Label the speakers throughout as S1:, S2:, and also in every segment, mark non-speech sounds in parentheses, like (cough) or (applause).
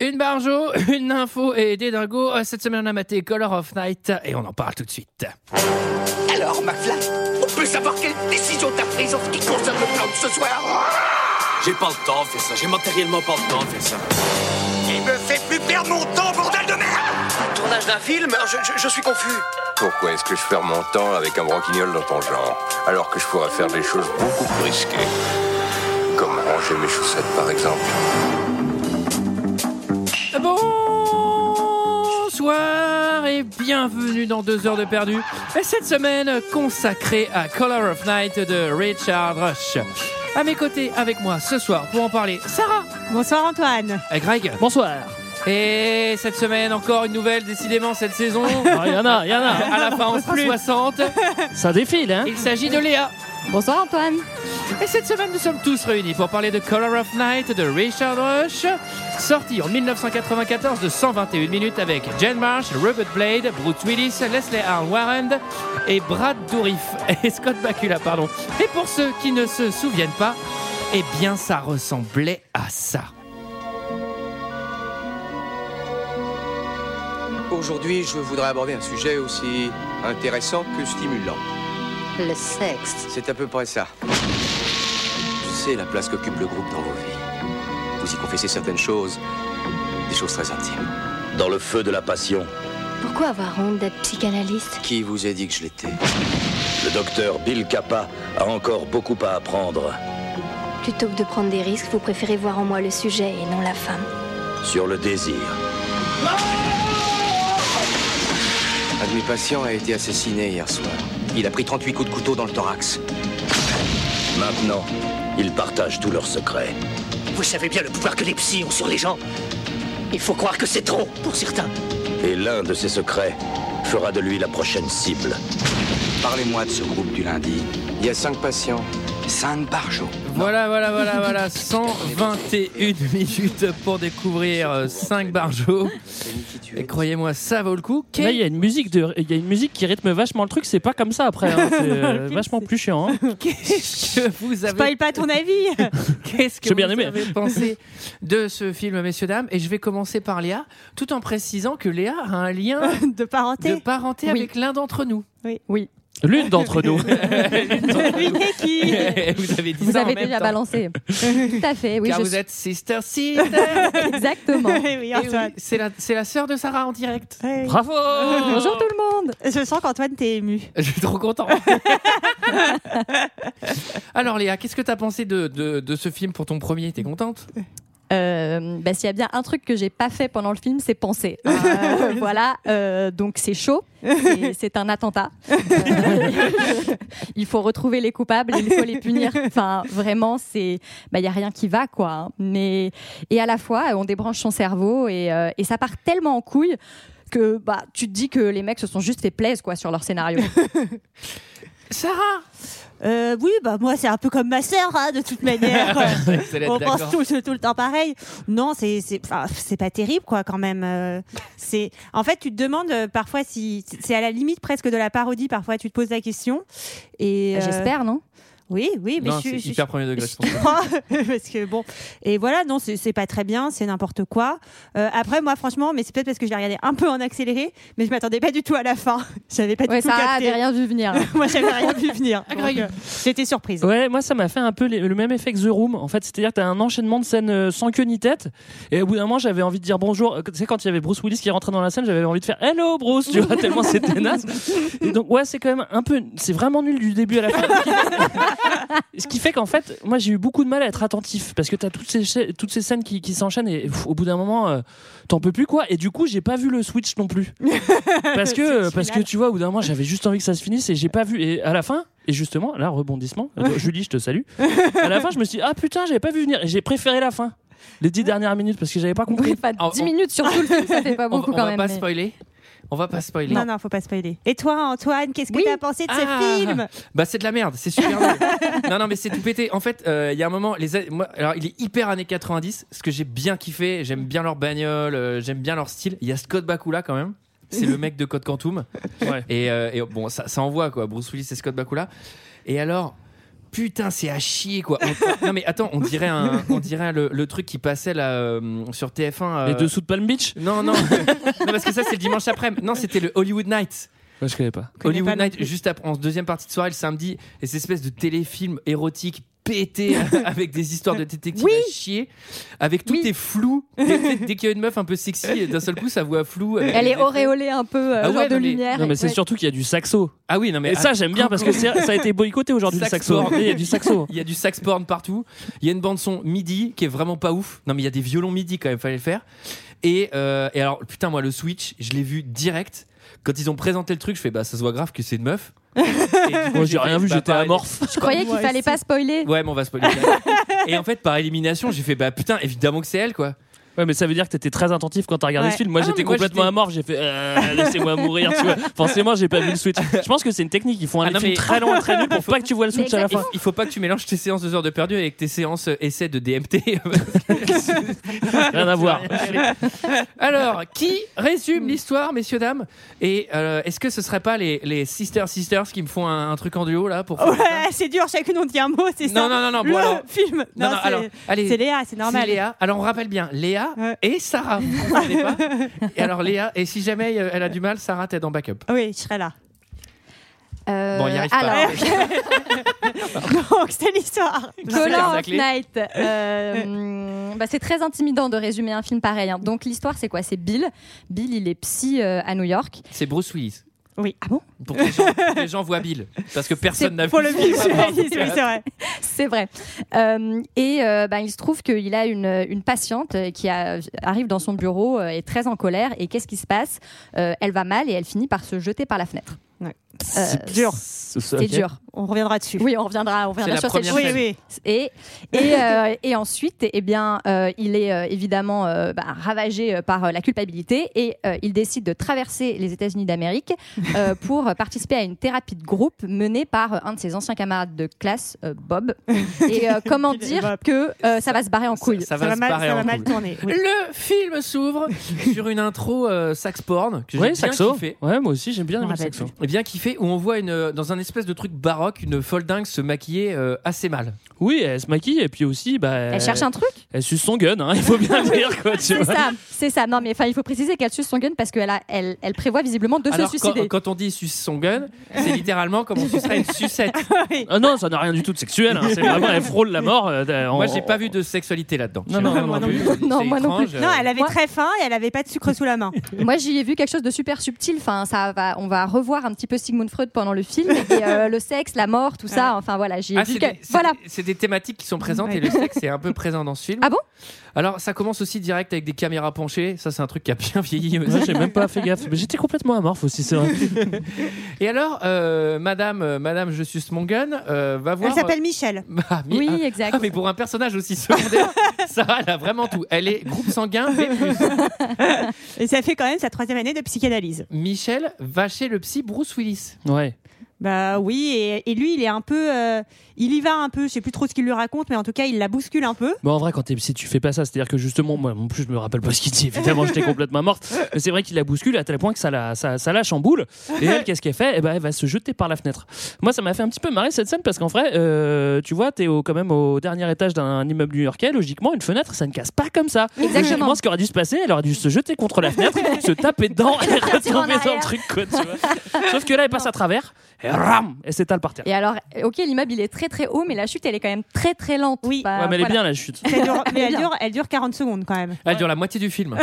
S1: Une barjo, une info et des dingos. Euh, Cette semaine, on a maté Color of Night et on en parle tout de suite.
S2: Alors, McFly, on peut savoir quelle décision t'as prise en ce qui concerne le plan de ce soir
S3: J'ai pas le temps de faire ça, j'ai matériellement pas le temps de faire ça.
S2: Il me fait plus perdre mon temps, bordel de merde Euh,
S4: Tournage d'un film je, je- je suis confus.
S5: Pourquoi est-ce que je perds mon temps avec un branquignol dans ton genre Alors que je pourrais faire des choses beaucoup plus risquées. Comme ranger mes chaussettes par exemple.
S1: Bonsoir et bienvenue dans 2 heures de perdu. Et cette semaine consacrée à Color of Night de Richard Rush. À mes côtés, avec moi ce soir pour en parler, Sarah
S6: Bonsoir Antoine.
S1: et Greg.
S7: Bonsoir.
S1: Et cette semaine, encore une nouvelle, décidément, cette saison.
S7: Ah, Il y en a, il y en a.
S1: À la fin, on sera 60.
S7: Ça défile, hein
S1: Il s'agit de Léa.
S8: Bonsoir Antoine.
S1: Et cette semaine, nous sommes tous réunis pour parler de Color of Night de Richard Rush, sorti en 1994 de 121 minutes avec Jen Marsh, Robert Blade, Bruce Willis, Leslie Arn Warren et Brad Dourif (laughs) et Scott Bakula, pardon. Et pour ceux qui ne se souviennent pas, eh bien, ça ressemblait à ça.
S9: Aujourd'hui, je voudrais aborder un sujet aussi intéressant que stimulant.
S8: Le sexe.
S9: C'est à peu près ça. Je sais la place qu'occupe le groupe dans vos vies. Vous y confessez certaines choses, des choses très intimes.
S4: Dans le feu de la passion,
S8: Pourquoi avoir honte d'être psychanalyste
S9: Qui vous a dit que je l'étais
S4: le docteur Bill Kappa a encore beaucoup à apprendre
S8: Plutôt que de prendre des risques, vous préférez voir en moi le sujet et non la femme.
S4: sur le désir.
S9: Un de mes patients a été assassiné hier soir. Il a pris 38 coups de couteau dans le thorax.
S4: Maintenant, ils partagent tous leurs secrets.
S2: Vous savez bien le pouvoir que les psys ont sur les gens. Il faut croire que c'est trop, pour certains.
S4: Et l'un de ces secrets fera de lui la prochaine cible.
S9: Parlez-moi de ce groupe du lundi. Il y a cinq patients. Cinq par jour.
S1: Voilà, voilà, voilà, voilà. 121 (laughs) minutes pour découvrir 5 barjots. Et croyez-moi, ça vaut le coup.
S7: Là, il y a une musique de, il y a une musique qui rythme vachement le truc. C'est pas comme ça
S8: (laughs)
S7: après. hein. C'est euh, vachement plus chiant. hein.
S1: Qu'est-ce que vous avez
S6: Spoil pas ton avis.
S1: (laughs) Qu'est-ce que
S7: J'ai bien
S1: vous
S7: aimé.
S1: avez pensé de ce film, messieurs, dames Et je vais commencer par Léa, tout en précisant que Léa a un lien
S6: de
S1: de
S6: parenté.
S1: parenté
S8: Oui.
S1: avec l'un d'entre nous.
S7: L'une
S8: (laughs)
S7: d'entre nous.
S6: Devinez qui.
S1: (laughs) vous avez dit
S8: Vous
S1: ça en
S8: avez
S1: même
S8: déjà
S1: temps.
S8: balancé. Tout à fait, oui.
S1: Car
S8: je
S1: vous
S8: suis-
S1: êtes (laughs) sister sister
S8: Exactement.
S6: Eh (laughs) oui,
S1: Et oui,
S6: Antoine.
S1: C'est la, c'est la sœur de Sarah en direct.
S6: Eh oui.
S7: Bravo.
S8: (laughs) Bonjour tout le monde.
S6: Je sens qu'Antoine t'es ému.
S1: Je suis trop content. (laughs) Alors Léa, qu'est-ce que t'as pensé de, de, de ce film pour ton premier T'es contente
S8: Euh, bah, S'il y a bien un truc que j'ai pas fait pendant le film, c'est
S6: (laughs)
S8: penser. Euh, voilà, euh, donc c'est chaud,
S6: (laughs)
S8: c'est- c'est un attentat. (laughs) Euh, il faut retrouver les coupables, il faut les punir. Enfin, vraiment, c'est, bah, il y a rien qui va, quoi. hein. Mais et à la fois, euh, on débranche son cerveau et, euh, et ça part tellement en couille que bah tu te dis que les mecs se sont juste fait plaisir quoi sur leur
S6: (laughs)
S8: scénario.
S1: Sarah
S6: Euh, oui, bah moi c'est un peu comme ma sœur hein, de toute manière.
S1: (laughs) Vous allez être
S6: On pense
S1: d'accord.
S6: tous tout le temps pareil. Non, c'est c'est enfin, c'est pas terrible quoi quand même. Euh, c'est en fait tu te demandes euh, parfois si c'est à la limite presque de la parodie. Parfois tu te poses la question et euh,
S8: Bah, J'espère, non
S6: Oui, oui, mais
S1: Non,
S6: je,
S1: c'est
S6: suis
S1: hyper premier degré. je pense.
S6: Je crois, (laughs) parce que bon, et voilà, non, c'est c'est pas très bien, c'est n'importe quoi. Euh, après, moi, franchement, mais c'est peut-être parce que je l'ai regardé un peu en accéléré, mais je m'attendais pas du tout à la fin. (laughs) J'avais pas du
S8: Ouais,
S6: tout
S8: ça
S6: capté.
S8: avait rien vu venir.
S6: (laughs) moi, j'avais rien vu
S8: (laughs)
S6: venir.
S1: Ah, Greg.
S6: Donc, euh, J'étais surprise.
S1: Oh,
S7: Ouais, moi ça m'a fait un peu les- le même effet que The Room. En fait, c'est-à-dire que t'as un enchaînement de scènes euh, sans queue ni tête. Et au bout d'un moment, j'avais envie de dire bonjour. Euh, Tu sais, quand il y avait Bruce Willis qui rentrait dans la scène, j'avais envie de faire Hello Bruce, tu vois, tellement c'était naze. Et donc, ouais, c'est quand même un peu. C'est vraiment nul du début à la fin. Ce qui fait qu'en fait, moi j'ai eu beaucoup de mal à être attentif parce que t'as toutes ces, cha- toutes ces scènes qui, qui s'enchaînent et pff, au bout d'un moment, euh, t'en peux plus quoi. Et du coup, j'ai pas vu le switch non plus. Parce que, euh, parce que
S6: final.
S7: tu vois, au bout d'un moment, j'avais juste envie que ça se finisse et j'ai pas vu. Et à la fin, et justement, là, rebondissement, Attends, Julie, je te salue. À la fin, je me suis dit, ah putain, j'avais pas vu venir. Et j'ai préféré la fin, les dix dernières minutes, parce que j'avais pas compris.
S8: Ouais, pas
S1: Oh,
S8: 10
S1: on-
S8: minutes sur tout le film, ça fait pas
S1: On,
S8: beaucoup
S1: on
S8: quand
S1: va
S8: même.
S1: pas
S8: mais-
S1: spoiler. On va pas spoiler.
S6: Non, non, faut pas spoiler. Et toi, Antoine, qu'est-ce que
S8: Oui.
S6: t'as pensé de
S1: Ah.
S6: ce film
S1: Bah c'est de la merde, c'est super nul. Non non mais c'est tout pété. En fait, euh, il y a un moment les a- moi, alors il est hyper années 90, ce que j'ai bien kiffé, j'aime bien leur bagnole, euh, j'aime bien leur style. Il y a Scott Bakula quand même. C'est le mec de Code Quantum.
S7: Ouais.
S1: Et, euh, et bon ça, ça envoie quoi, Bruce Willis et Scott Bakula. Et alors Putain, c'est à chier quoi. On- non mais attends, on dirait un, on dirait le, le truc qui passait là euh, sur TF1. euh,
S7: Les dessous de Palm Beach
S1: Non (laughs) non. non parce que ça c'est le dimanche après. Non c'était le Hollywood Night.
S7: Moi, je connais pas.
S6: connais pas
S1: Hollywood
S6: non
S1: Night
S6: plus.
S1: juste après, en deuxième partie de soirée le samedi et cette espèce de téléfilm érotique pété (laughs) avec des histoires de détectives
S8: Oui.
S1: à chier avec tout
S8: Oui.
S1: est flou dès, dès- dès qu'il y a une meuf un peu sexy d'un seul coup sa voix floue euh, avec-
S8: Elle est auréolée un peu, euh,
S1: Ah ouais,
S8: genre de
S1: non, mais-
S8: lumière.
S7: Non, mais
S8: et-
S7: c'est
S8: ouais.
S7: surtout qu'il y a du saxo.
S1: ah oui non mais
S7: Et ça, j'aime bien parce que c'est- ça a été boycotté aujourd'hui, le
S1: Sax
S7: saxo.
S1: porn.
S7: Il y a du saxo.
S1: (laughs) Il y a du sax porn partout. Il y a une bande son midi qui est vraiment pas ouf. Non, mais il y a des violons midi quand même, fallait le faire. Et, euh, et alors, putain, moi, le Switch, je l'ai vu direct. Quand ils ont présenté le truc, je fais bah ça se voit grave que c'est une meuf. Et du coup,
S7: (laughs) Moi, j'ai rien
S1: fait,
S7: vu,
S1: bah,
S7: j'étais
S1: par-
S7: amorphe.
S8: Je croyais qu'il
S6: Moi
S8: fallait
S6: aussi.
S8: pas spoiler.
S1: Ouais, mais on va spoiler. et en fait, par élimination, j'ai fait bah putain, évidemment que c'est elle quoi.
S7: Ouais, mais ça veut dire que t'étais très attentif quand t'as regardé
S6: Ouais.
S7: ce film. Moi,
S1: Ah non,
S7: j'étais
S1: mais moi,
S7: complètement
S1: j'étais-
S7: amorphe. J'ai fait, euh, laissez-moi mourir,
S8: (laughs)
S7: tu vois. Forcément, j'ai pas vu le switch. Je pense que c'est une technique. Ils font un
S1: Ah non,
S7: film
S1: mais-
S7: très long, et très
S8: (laughs)
S7: nul pour pas que tu vois le
S8: Mais
S7: switch à la
S1: Il,
S7: fin.
S1: il faut pas que tu mélanges tes séances de heures de perdu avec tes séances euh, essais de (laughs) DMT.
S7: Rien à voir.
S8: Euh,
S1: (laughs) Alors, qui résume l'histoire, messieurs, dames Et euh, est-ce que ce serait pas les, les Sister Sisters qui me font un, un truc en duo là pour faire ça
S6: (laughs) Ouais, c'est dur, chacune on dit un mot, c'est ça.
S1: Non, non, non, non,
S6: Le
S1: bon, alors-
S6: film.
S1: Non, non,
S6: c'est-
S1: alors, allez.
S6: c'est Léa, c'est normal.
S1: C'est Léa. Alors on rappelle bien, Léa
S6: Ouais.
S1: et Sarah. Vous comprenez
S6: (laughs)
S1: pas et alors Léa, et si jamais euh, elle a du mal, Sarah t'aide en backup.
S6: Oui, je serai là. (laughs)
S8: Euh,
S1: Bon, il n'y arrive
S8: alors,
S1: pas.
S6: Donc, c'est l'histoire.
S8: Color of
S1: Exactly.
S8: Night. euh, (laughs) bah, c'est très intimidant de résumer un film pareil. hein. Donc l'histoire, c'est quoi C'est Bill. Bill, il est psy euh, à New York.
S1: C'est Bruce Willis.
S6: Oui.
S8: Ah bon
S1: Pour que les gens, pour que les gens voient Bill. Parce que personne n'a vu.
S6: (laughs) Pour
S1: (laughs)
S6: le visualiser, oui, c'est vrai.
S8: C'est vrai. Euh, et euh, bah, il se trouve qu'il a une, une patiente euh, qui a- arrive dans son bureau, euh, est très en colère. Et qu'est-ce qui se passe Euh, Elle va mal et elle finit par se jeter par la fenêtre.
S7: C'est
S6: dur.
S7: C'est
S8: C'est dur.
S6: On reviendra dessus.
S8: Oui, on reviendra, on
S1: C'est
S8: reviendra
S1: la
S8: sur cette
S1: première
S6: oui. oui.
S8: Et, et, euh, et ensuite, eh bien, euh, il est euh, évidemment euh, bah, ravagé euh, par euh, la culpabilité et euh, il décide de traverser les États-Unis d'Amérique euh, pour euh, participer à une thérapie de groupe menée par euh, un de ses anciens camarades de classe, euh, Bob. Et euh,
S1: (laughs)
S8: comment dire
S1: Bah.
S8: que euh, ça va se barrer en couille.
S1: Ça
S6: Ça
S1: va
S6: va
S1: se
S6: mal,
S1: barrer
S6: ça
S1: en
S6: va mal
S1: couille.
S6: tourner. oui.
S1: Le film s'ouvre sur une intro euh, sax porn que j'ai
S7: Ouais,
S1: bien
S7: saxo.
S1: kiffé. Eh
S7: Ouais, moi aussi, j'aime bien
S8: On
S7: le
S8: rappelle
S7: saxo.
S1: Bien kiffé où on voit une, euh, dans un espèce de truc baroque une folle dingue se maquiller euh, assez mal.
S7: Oui, elle se maquille et puis aussi, bah,
S8: Elle cherche un truc,
S7: elle suce son gun, hein, il faut
S8: (laughs)
S7: bien le dire quoi. Tu
S8: c'est
S7: vois.
S8: ça, c'est ça. Non, mais enfin, il faut préciser qu'elle suce son gun parce qu'elle a- elle, elle prévoit visiblement de
S1: Alors
S8: se
S1: quand,
S8: suicider.
S1: quand on dit suce son gun, c'est littéralement comme on sucerait une (laughs) sucette.
S7: Ah non, ça n'a rien du tout de sexuel. hein,
S8: (laughs)
S7: C'est vraiment, elle frôle la mort. euh, euh,
S1: Moi
S7: on-
S1: j'ai pas vu de sexualité là-dedans.
S7: Non, non, non,
S1: Moi
S7: non plus.
S1: C'est
S8: Non, moi non plus.
S1: étrange, euh,
S6: Non, elle avait
S8: Moi-
S6: très faim et elle avait pas de sucre sous la main.
S8: Moi, j'y ai vu quelque chose de super subtil. Enfin, ça va, on va revoir un petit peu Sigmund Freud pendant le film. Et, euh,
S7: (laughs)
S8: le sexe, la mort, tout ça. Enfin, voilà, j'y ai
S1: Ah,
S8: vu.
S1: c'est
S8: que-
S1: des, c'est
S8: Voilà.
S1: des- c'est des thématiques qui sont présentes
S6: Ouais.
S1: et le sexe est un peu présent dans ce film.
S8: Ah bon
S1: Alors ça commence aussi direct avec des caméras penchées, ça c'est un truc qui a bien vieilli aussi.
S7: Moi, j'ai même pas fait gaffe. Mais j'étais complètement amorphe aussi, c'est vrai.
S1: Et alors, euh, Madame, euh, Madame, je suce mon gun, euh, va voir.
S6: Elle s'appelle Michel.
S1: (laughs) Ah, mais-
S8: Oui,
S1: ah,
S8: exact.
S1: ah, mais pour un personnage aussi
S6: (laughs)
S1: secondaire, Sarah, elle a vraiment tout. Elle est groupe sanguin, mais plus.
S6: Et ça fait quand même sa troisième année de psychanalyse.
S1: Michel va chez le psy Bruce Willis.
S7: Ouais.
S6: Bah oui, et, et lui, il est un peu. euh, il y va un peu, je sais plus trop ce qu'il lui raconte, mais en tout cas, il la bouscule
S1: (laughs)
S6: un peu.
S7: Bon, en vrai, quand t'es psy, tu fais pas ça. C'est-à-dire que justement, moi, en plus, je me rappelle pas ce qu'il dit. Évidemment, j'étais complètement morte. Mais c'est vrai qu'il la bouscule à tel point que ça la, ça, ça lâche en boule. Et elle, qu'est-ce qu'elle fait Eh ben, elle va se jeter par la fenêtre. Moi, ça m'a fait un petit peu marrer cette scène parce qu'en vrai, euh, tu vois, t'es au, quand même au dernier étage d'un immeuble new-yorkais. Logiquement, une fenêtre, ça ne casse pas comme ça.
S8: Exactement.
S7: Logiquement, ce qui aurait dû se passer, elle aurait dû se jeter contre
S8: (laughs)
S7: la fenêtre, se taper dedans et
S8: Repartir en
S7: retomber dans le
S8: arrière.
S7: truc, quoi, tu vois. Sauf que là, elle passe à travers et ram, elle s'étale par terre.
S8: Et alors, ok, l'immeuble, il est très très haut, mais la chute, elle est quand même très très lente.
S6: Oui.
S8: Bah,
S7: Ouais,
S10: Euh,
S7: mais elle est
S8: voilà.
S7: bien, la chute.
S6: Ça dure- mais elle
S8: Bien.
S6: dure, elle dure 40 secondes quand même.
S1: Elle dure la moitié du
S6: (laughs)
S1: film.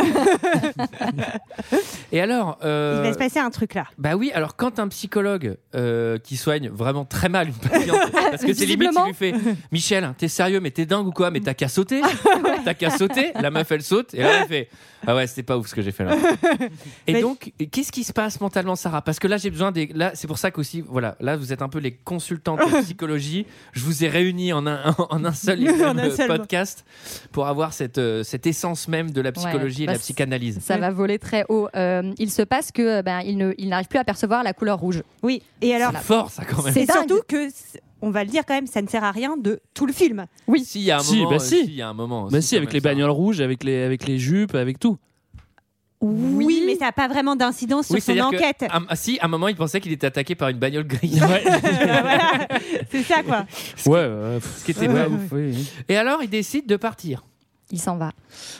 S1: et alors. euh,
S6: Il va se passer un truc là.
S1: Bah oui, alors quand un psychologue euh, qui soigne vraiment très mal une
S6: (laughs)
S1: patiente, parce que c'est limite, il
S8: Visiblement.
S1: lui fait Michel, t'es sérieux, mais t'es dingue ou quoi Mais t'as qu'à
S6: (laughs)
S1: sauter T'as qu'à sauter La meuf, elle saute, et là, elle fait Ah ouais, c'était pas ouf ce que j'ai
S6: (laughs)
S1: fait là. Et
S6: Mais-
S1: donc, qu'est-ce qui se passe mentalement, Sarah Parce que là, j'ai besoin des. Là, c'est pour ça qu'aussi, voilà, là, vous êtes un peu les consultantes
S6: (laughs)
S1: de psychologie. Je vous ai réunis en un, en un seul et
S6: En
S1: même
S6: un seul mot.
S1: podcast pour avoir cette, euh, cette essence même de la psychologie et
S8: bah,
S1: de la
S8: c'est-
S1: psychanalyse.
S8: Ça va voler très haut. Euh, il se passe que euh, ben, il ne- il n'arrive plus à percevoir la couleur rouge.
S6: Oui. Et alors,
S1: C'est fort, ça, quand même.
S8: C'est
S6: c'est
S8: dingue.
S6: surtout que, c'est- on va le dire quand même, ça ne sert à rien de tout le film.
S1: Si, il y a un
S7: Si,
S1: moment.
S7: bah
S1: euh,
S7: si.
S1: il y a un moment.
S7: Bah
S1: c'est
S7: si,
S1: quand
S7: avec
S1: même
S7: les
S1: ça.
S7: bagnoles rouges, avec les, avec les jupes, avec tout.
S6: Oui,
S8: Oui.
S6: mais ça n'a pas vraiment d'incidence
S1: Oui,
S6: sur son
S1: c'est-à-dire que,
S6: enquête.
S1: ah, ah, si, à un moment, il pensait qu'il était attaqué par une bagnole grise.
S6: Voilà. C'est ça, quoi.
S7: Ouais, euh, pff,
S1: Ce qui était
S7: ouais,
S1: pas ouf.
S7: ouf, oui, oui.
S1: Et alors, il décide de partir.
S8: Il s'en va.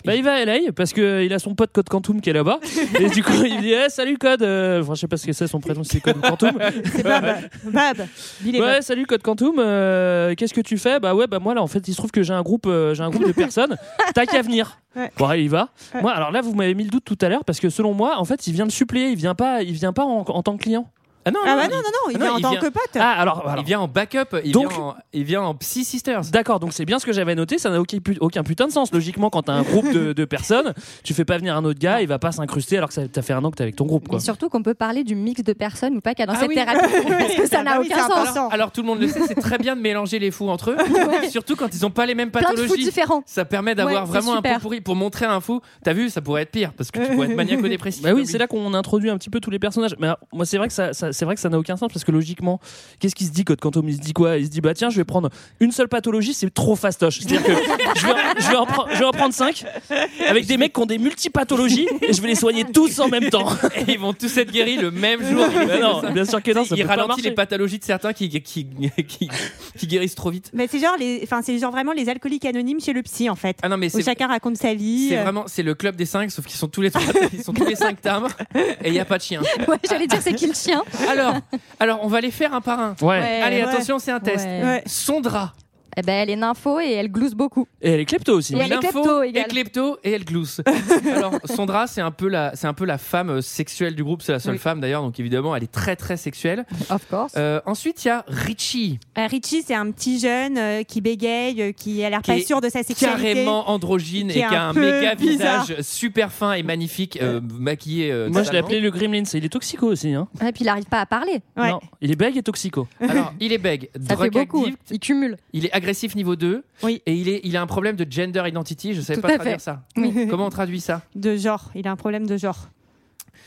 S7: Bah, il va à LA parce qu'il a son pote Code Quantum qui est là-bas. et du coup, il dit Eh, Salut Code Euh, Enfin, je sais pas ce que c'est son prénom, si c'est Code Quantum.
S6: C'est Bab. Bab. Bill et
S7: Ouais,
S6: Bab.
S7: salut Code Quantum, euh, qu'est-ce que tu fais Bah ouais, bah moi là en fait il se trouve que j'ai un groupe, euh, j'ai un groupe de personnes, t'as qu'à venir.
S6: Ouais.
S7: Bon, allez, il va.
S6: Ouais.
S7: Moi, alors là, vous m'avez mis le doute tout à l'heure parce que selon moi, en fait, il vient de suppléer, il vient pas, il vient pas en, en tant que client.
S1: Ah non,
S6: Ah bah
S1: il-
S6: non, non, non, il
S1: Ah non,
S6: vient en
S1: il
S6: tant
S1: vient-
S6: que pote.
S7: Ah alors, alors.
S1: il vient en backup, il,
S7: Donc-
S1: vient, en, il vient en Psy Sisters.
S7: D'accord, donc c'est bien ce que j'avais noté, ça n'a aucun, pu- aucun putain de sens. Logiquement, quand t'as un groupe de, de personnes, tu fais pas venir un autre gars, il va pas s'incruster alors que ça- t'as fait un an que t'es avec ton groupe. Quoi.
S8: Mais surtout qu'on peut parler du mix de personnes ou pas qu'il y a dans
S1: Ah
S8: cette
S1: oui.
S6: (laughs)
S8: thérapie de groupe, parce que Oh, ça
S6: Ah
S8: n'a
S6: bah oui,
S8: aucun
S6: c'est
S8: sens.
S6: important.
S1: Alors tout le monde le sait, c'est très bien de mélanger les fous
S8: (laughs)
S1: entre eux, surtout quand ils n'ont pas les mêmes
S8: Plein de fous
S1: pathologies.
S8: différents.
S1: Ça permet d'avoir
S8: Ouais, c'est
S1: vraiment un
S8: super.
S1: pot pourri pour montrer à un fou. T'as vu, ça pourrait être pire parce que tu pourrais être maniaco-dépressif.
S7: Bah oui, c'est là qu'on introduit un petit peu tous les personnages. Mais alors, moi, c'est vrai que ça, ça- c'est vrai que ça n'a aucun sens parce que logiquement, qu'est-ce qu'il se dit quand Quantum Il se dit quoi Il se dit bah tiens, je vais prendre une seule pathologie, c'est trop fastoche. C'est-à-dire que je vais, en- je vais en, pre- je vais en prendre cinq avec des mecs qui ont des multipathologies et je vais les soigner tous en
S1: (laughs)
S7: même temps.
S1: Et ils vont tous être guéris le même jour.
S7: (laughs) Bah non, bien sûr que non, ça
S1: il
S7: peut pas
S1: ralentit
S7: marcher.
S1: les pathologies de certains qui, qui, qui- qui guérissent trop vite.
S6: Mais c'est genre, les... enfin, c'est genre vraiment les alcooliques anonymes chez le psy, en fait.
S1: Ah non, mais
S6: où
S1: c'est
S6: chacun raconte sa vie.
S1: c'est
S6: euh,
S1: vraiment c'est le club des cinq, sauf qu'ils sont tous les
S8: (laughs)
S1: trois, ils sont tous les cinq timbres et il y a pas de chien.
S8: Ouais, j'allais dire c'est qui le chien
S1: Alors, alors on va les faire un par un.
S7: Ouais.
S8: Eh, Ouais.
S1: Allez,
S6: ouais.
S1: attention, c'est un test.
S8: Ouais.
S6: Ouais.
S1: Sondra.
S8: Eh ben, elle est nympho et elle glousse beaucoup.
S7: Et elle est klepto aussi.
S8: Et elle est
S1: L'info
S8: klepto
S1: est
S8: également.
S1: klepto et elle
S8: (laughs)
S1: glousse. Alors Sondra, c'est un peu la, c'est un peu la femme euh, sexuelle du groupe, c'est la seule
S8: Oui.
S1: femme d'ailleurs, donc évidemment elle est très très sexuelle.
S8: Of course.
S1: Euh, ensuite il y a Richie,
S6: euh, Richie, c'est un petit jeune euh, qui bégaye, euh, qui a l'air
S1: Qui
S6: pas
S1: est
S6: sûr de sa sexualité.
S1: carrément androgyne
S6: Qui
S1: et
S6: est
S1: qui a
S6: un
S1: un
S6: peu
S1: méga
S6: bizarre.
S1: visage super fin et magnifique, euh, maquillé. euh,
S7: Moi, je l'ai
S1: totalement.
S7: appelé le Gremlins. Il est toxico aussi. Hein.
S8: Et puis il n'arrive pas à parler.
S6: Ouais.
S7: Non, il est bègue et toxico.
S1: Alors il est bègue,
S8: Ça
S1: drug
S8: fait beaucoup. hein.
S1: addict,
S8: Il cumule.
S1: il est agressif niveau 2
S6: Oui.
S1: et il est, il a un problème de gender identity. Je savais
S8: Tout
S1: pas
S8: à
S1: traduire
S8: fait.
S1: ça.
S8: Oui.
S1: (laughs) Comment on traduit ça
S6: De genre. Il a un problème de genre.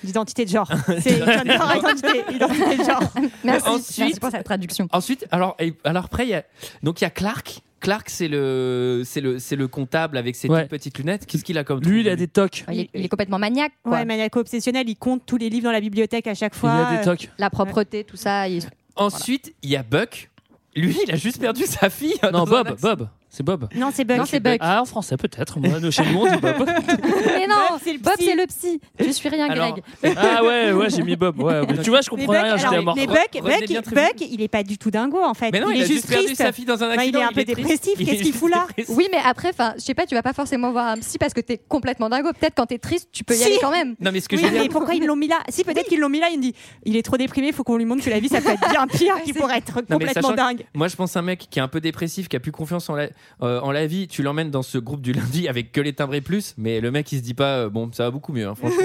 S6: D'identité
S1: (laughs)
S6: de genre. C'est genre, identité, identité de genre.
S8: Merci.
S1: Ensuite-
S8: Merci pour cette traduction.
S1: Ensuite, alors, et- alors après, il y a, donc il y a Clark. Clark, c'est le, c'est le, c'est le comptable avec ses
S7: Ouais.
S1: toutes petites lunettes. Qu'est-ce qu'il a comme truc
S7: Lui, il a des tocs.
S8: Il est, il est complètement maniaque. quoi.
S6: Ouais, maniaco obsessionnel, il compte tous les livres dans la bibliothèque à chaque
S7: Il
S6: fois.
S7: a des
S6: euh,
S7: tocs.
S8: La propreté, tout ça. il-
S1: Ensuite, il y a Buck. Lui, il a juste perdu sa fille. hein,
S7: Non,
S1: dans un
S7: Bob,
S1: accident.
S7: Bob. C'est Bob.
S6: Non, c'est Buck.
S8: Non, c'est Buck.
S7: Ah, en français, peut-être. Moi, chez nous, on
S6: (laughs)
S7: dit Bob.
S8: Mais non,
S6: Bob, c'est le
S8: Bob,
S6: psy.
S8: c'est le psy. Je suis rien,
S1: Alors,
S8: Greg.
S7: Ah ouais, ouais, j'ai mis Bob. Ouais, mais tu vois, je
S6: Mais
S7: comprends
S6: Buck,
S7: rien, j'étais à
S6: alors,
S7: mort.
S6: mais Buck,
S1: Revenez
S6: Buck,
S1: bien,
S6: il-
S1: Tréville.
S6: Buck, il est pas du tout dingo en fait.
S1: Mais non,
S6: il,
S1: il,
S6: est
S1: a
S6: juste
S1: juste perdu
S6: triste.
S1: sa fille dans un
S6: Enfin,
S1: accident.
S6: il est un peu
S1: triste.
S6: dépressif.
S1: Il est
S6: Qu'est-ce qu'il
S1: juste
S6: fout là
S1: dépressif.
S8: Oui, mais après, enfin, je sais pas, tu vas pas forcément voir un psy parce que t'es complètement dingo. Peut-être quand t'es triste, tu peux y
S6: Si.
S8: aller quand même.
S1: Non, mais ce que
S6: Oui,
S1: je veux
S6: mais
S1: dire,
S6: pourquoi ils l'ont mis là Si, peut-être qu'ils l'ont mis là, il me dit il est trop déprimé, faut qu'on lui montre que la vie ça peut être bien pire, qu'il
S8: C'est-
S6: pourrait être
S1: mais
S6: complètement
S1: sachant-
S6: dingue.
S1: moi je pense à un mec qui est un peu dépressif, qui a plus confiance en la, euh, en la vie. Tu l'emmènes dans ce groupe du lundi avec que les timbrés plus, mais le mec il se dit pas, euh, bon, ça va beaucoup mieux, hein, franchement.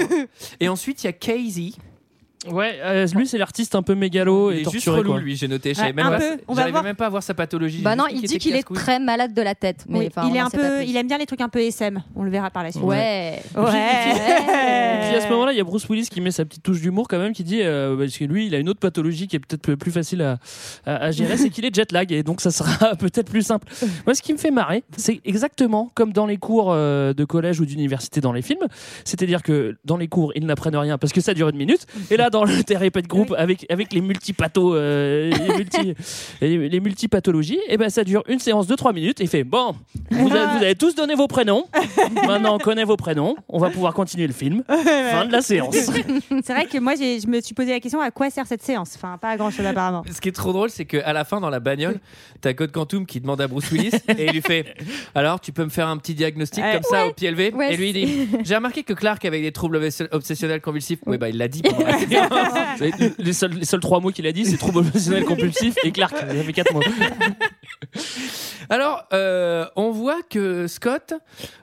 S1: Et ensuite, il y a Casey.
S7: Ouais, euh, lui, c'est l'artiste un peu mégalo
S1: Il
S7: et
S1: est juste
S7: Oh, torturé.
S1: relou,
S7: quoi.
S1: lui, j'ai noté. Je savais
S6: Ouais,
S1: même,
S6: un
S1: pas,
S6: peu. On va
S1: j'arrivais
S6: voir.
S1: même pas à voir sa pathologie.
S8: Bah
S1: J'ai
S8: non,
S1: juste
S8: il dit qu'il est
S1: casse-couille.
S8: très malade de la tête. Mais
S6: Oui,
S8: enfin,
S6: il est
S8: on en
S6: un
S8: sait pas
S6: peu,
S8: plus.
S6: il aime bien les trucs un peu SM. On le verra par la suite.
S8: Ouais.
S6: Ouais.
S7: Puis à ce moment-là, il y a Bruce Willis qui met sa petite touche d'humour quand même, qui dit euh, parce que lui, il a une autre pathologie qui est peut-être plus facile à, à- à gérer, c'est qu'il est jet lag et donc ça sera (laughs) peut-être plus simple. Moi, ce qui me fait marrer, c'est exactement comme dans les cours euh, de collège ou d'université dans les films, c'est-à-dire que dans les cours, ils n'apprennent rien parce que ça dure une minute, et là dans le (laughs) thérapeute de groupe avec avec les multipathos, euh, les, multi, les, les multipathologies, et ben ça dure une séance de 3 minutes et il fait bon, vous, avez- vous avez tous donné
S6: (laughs)
S7: vos prénoms, maintenant on connaît vos prénoms, on va pouvoir continuer le film. Fin de la
S6: (laughs)
S7: séance.
S6: C'est vrai que moi j'ai- je me suis posé la question à quoi sert cette séance Enfin, pas à grand chose apparemment.
S1: Ce qui est trop drôle, c'est qu'à la fin, dans la bagnole, t'as Code Quantum qui demande à Bruce Willis et il lui fait Alors, tu peux me faire un petit diagnostic
S6: Ouais.
S1: comme ça au pied levé
S8: Ouais,
S1: Et lui, il dit J'ai remarqué que Clark avait des troubles obs- obsessionnels convulsifs. Oui, bah, il l'a dit pendant la séance.
S7: Les, les seuls, les seuls trois mots qu'il a dit, c'est trouble obsessionnel compulsif et Clark. Il avait quatre mots.
S1: Alors, euh, on voit que Scott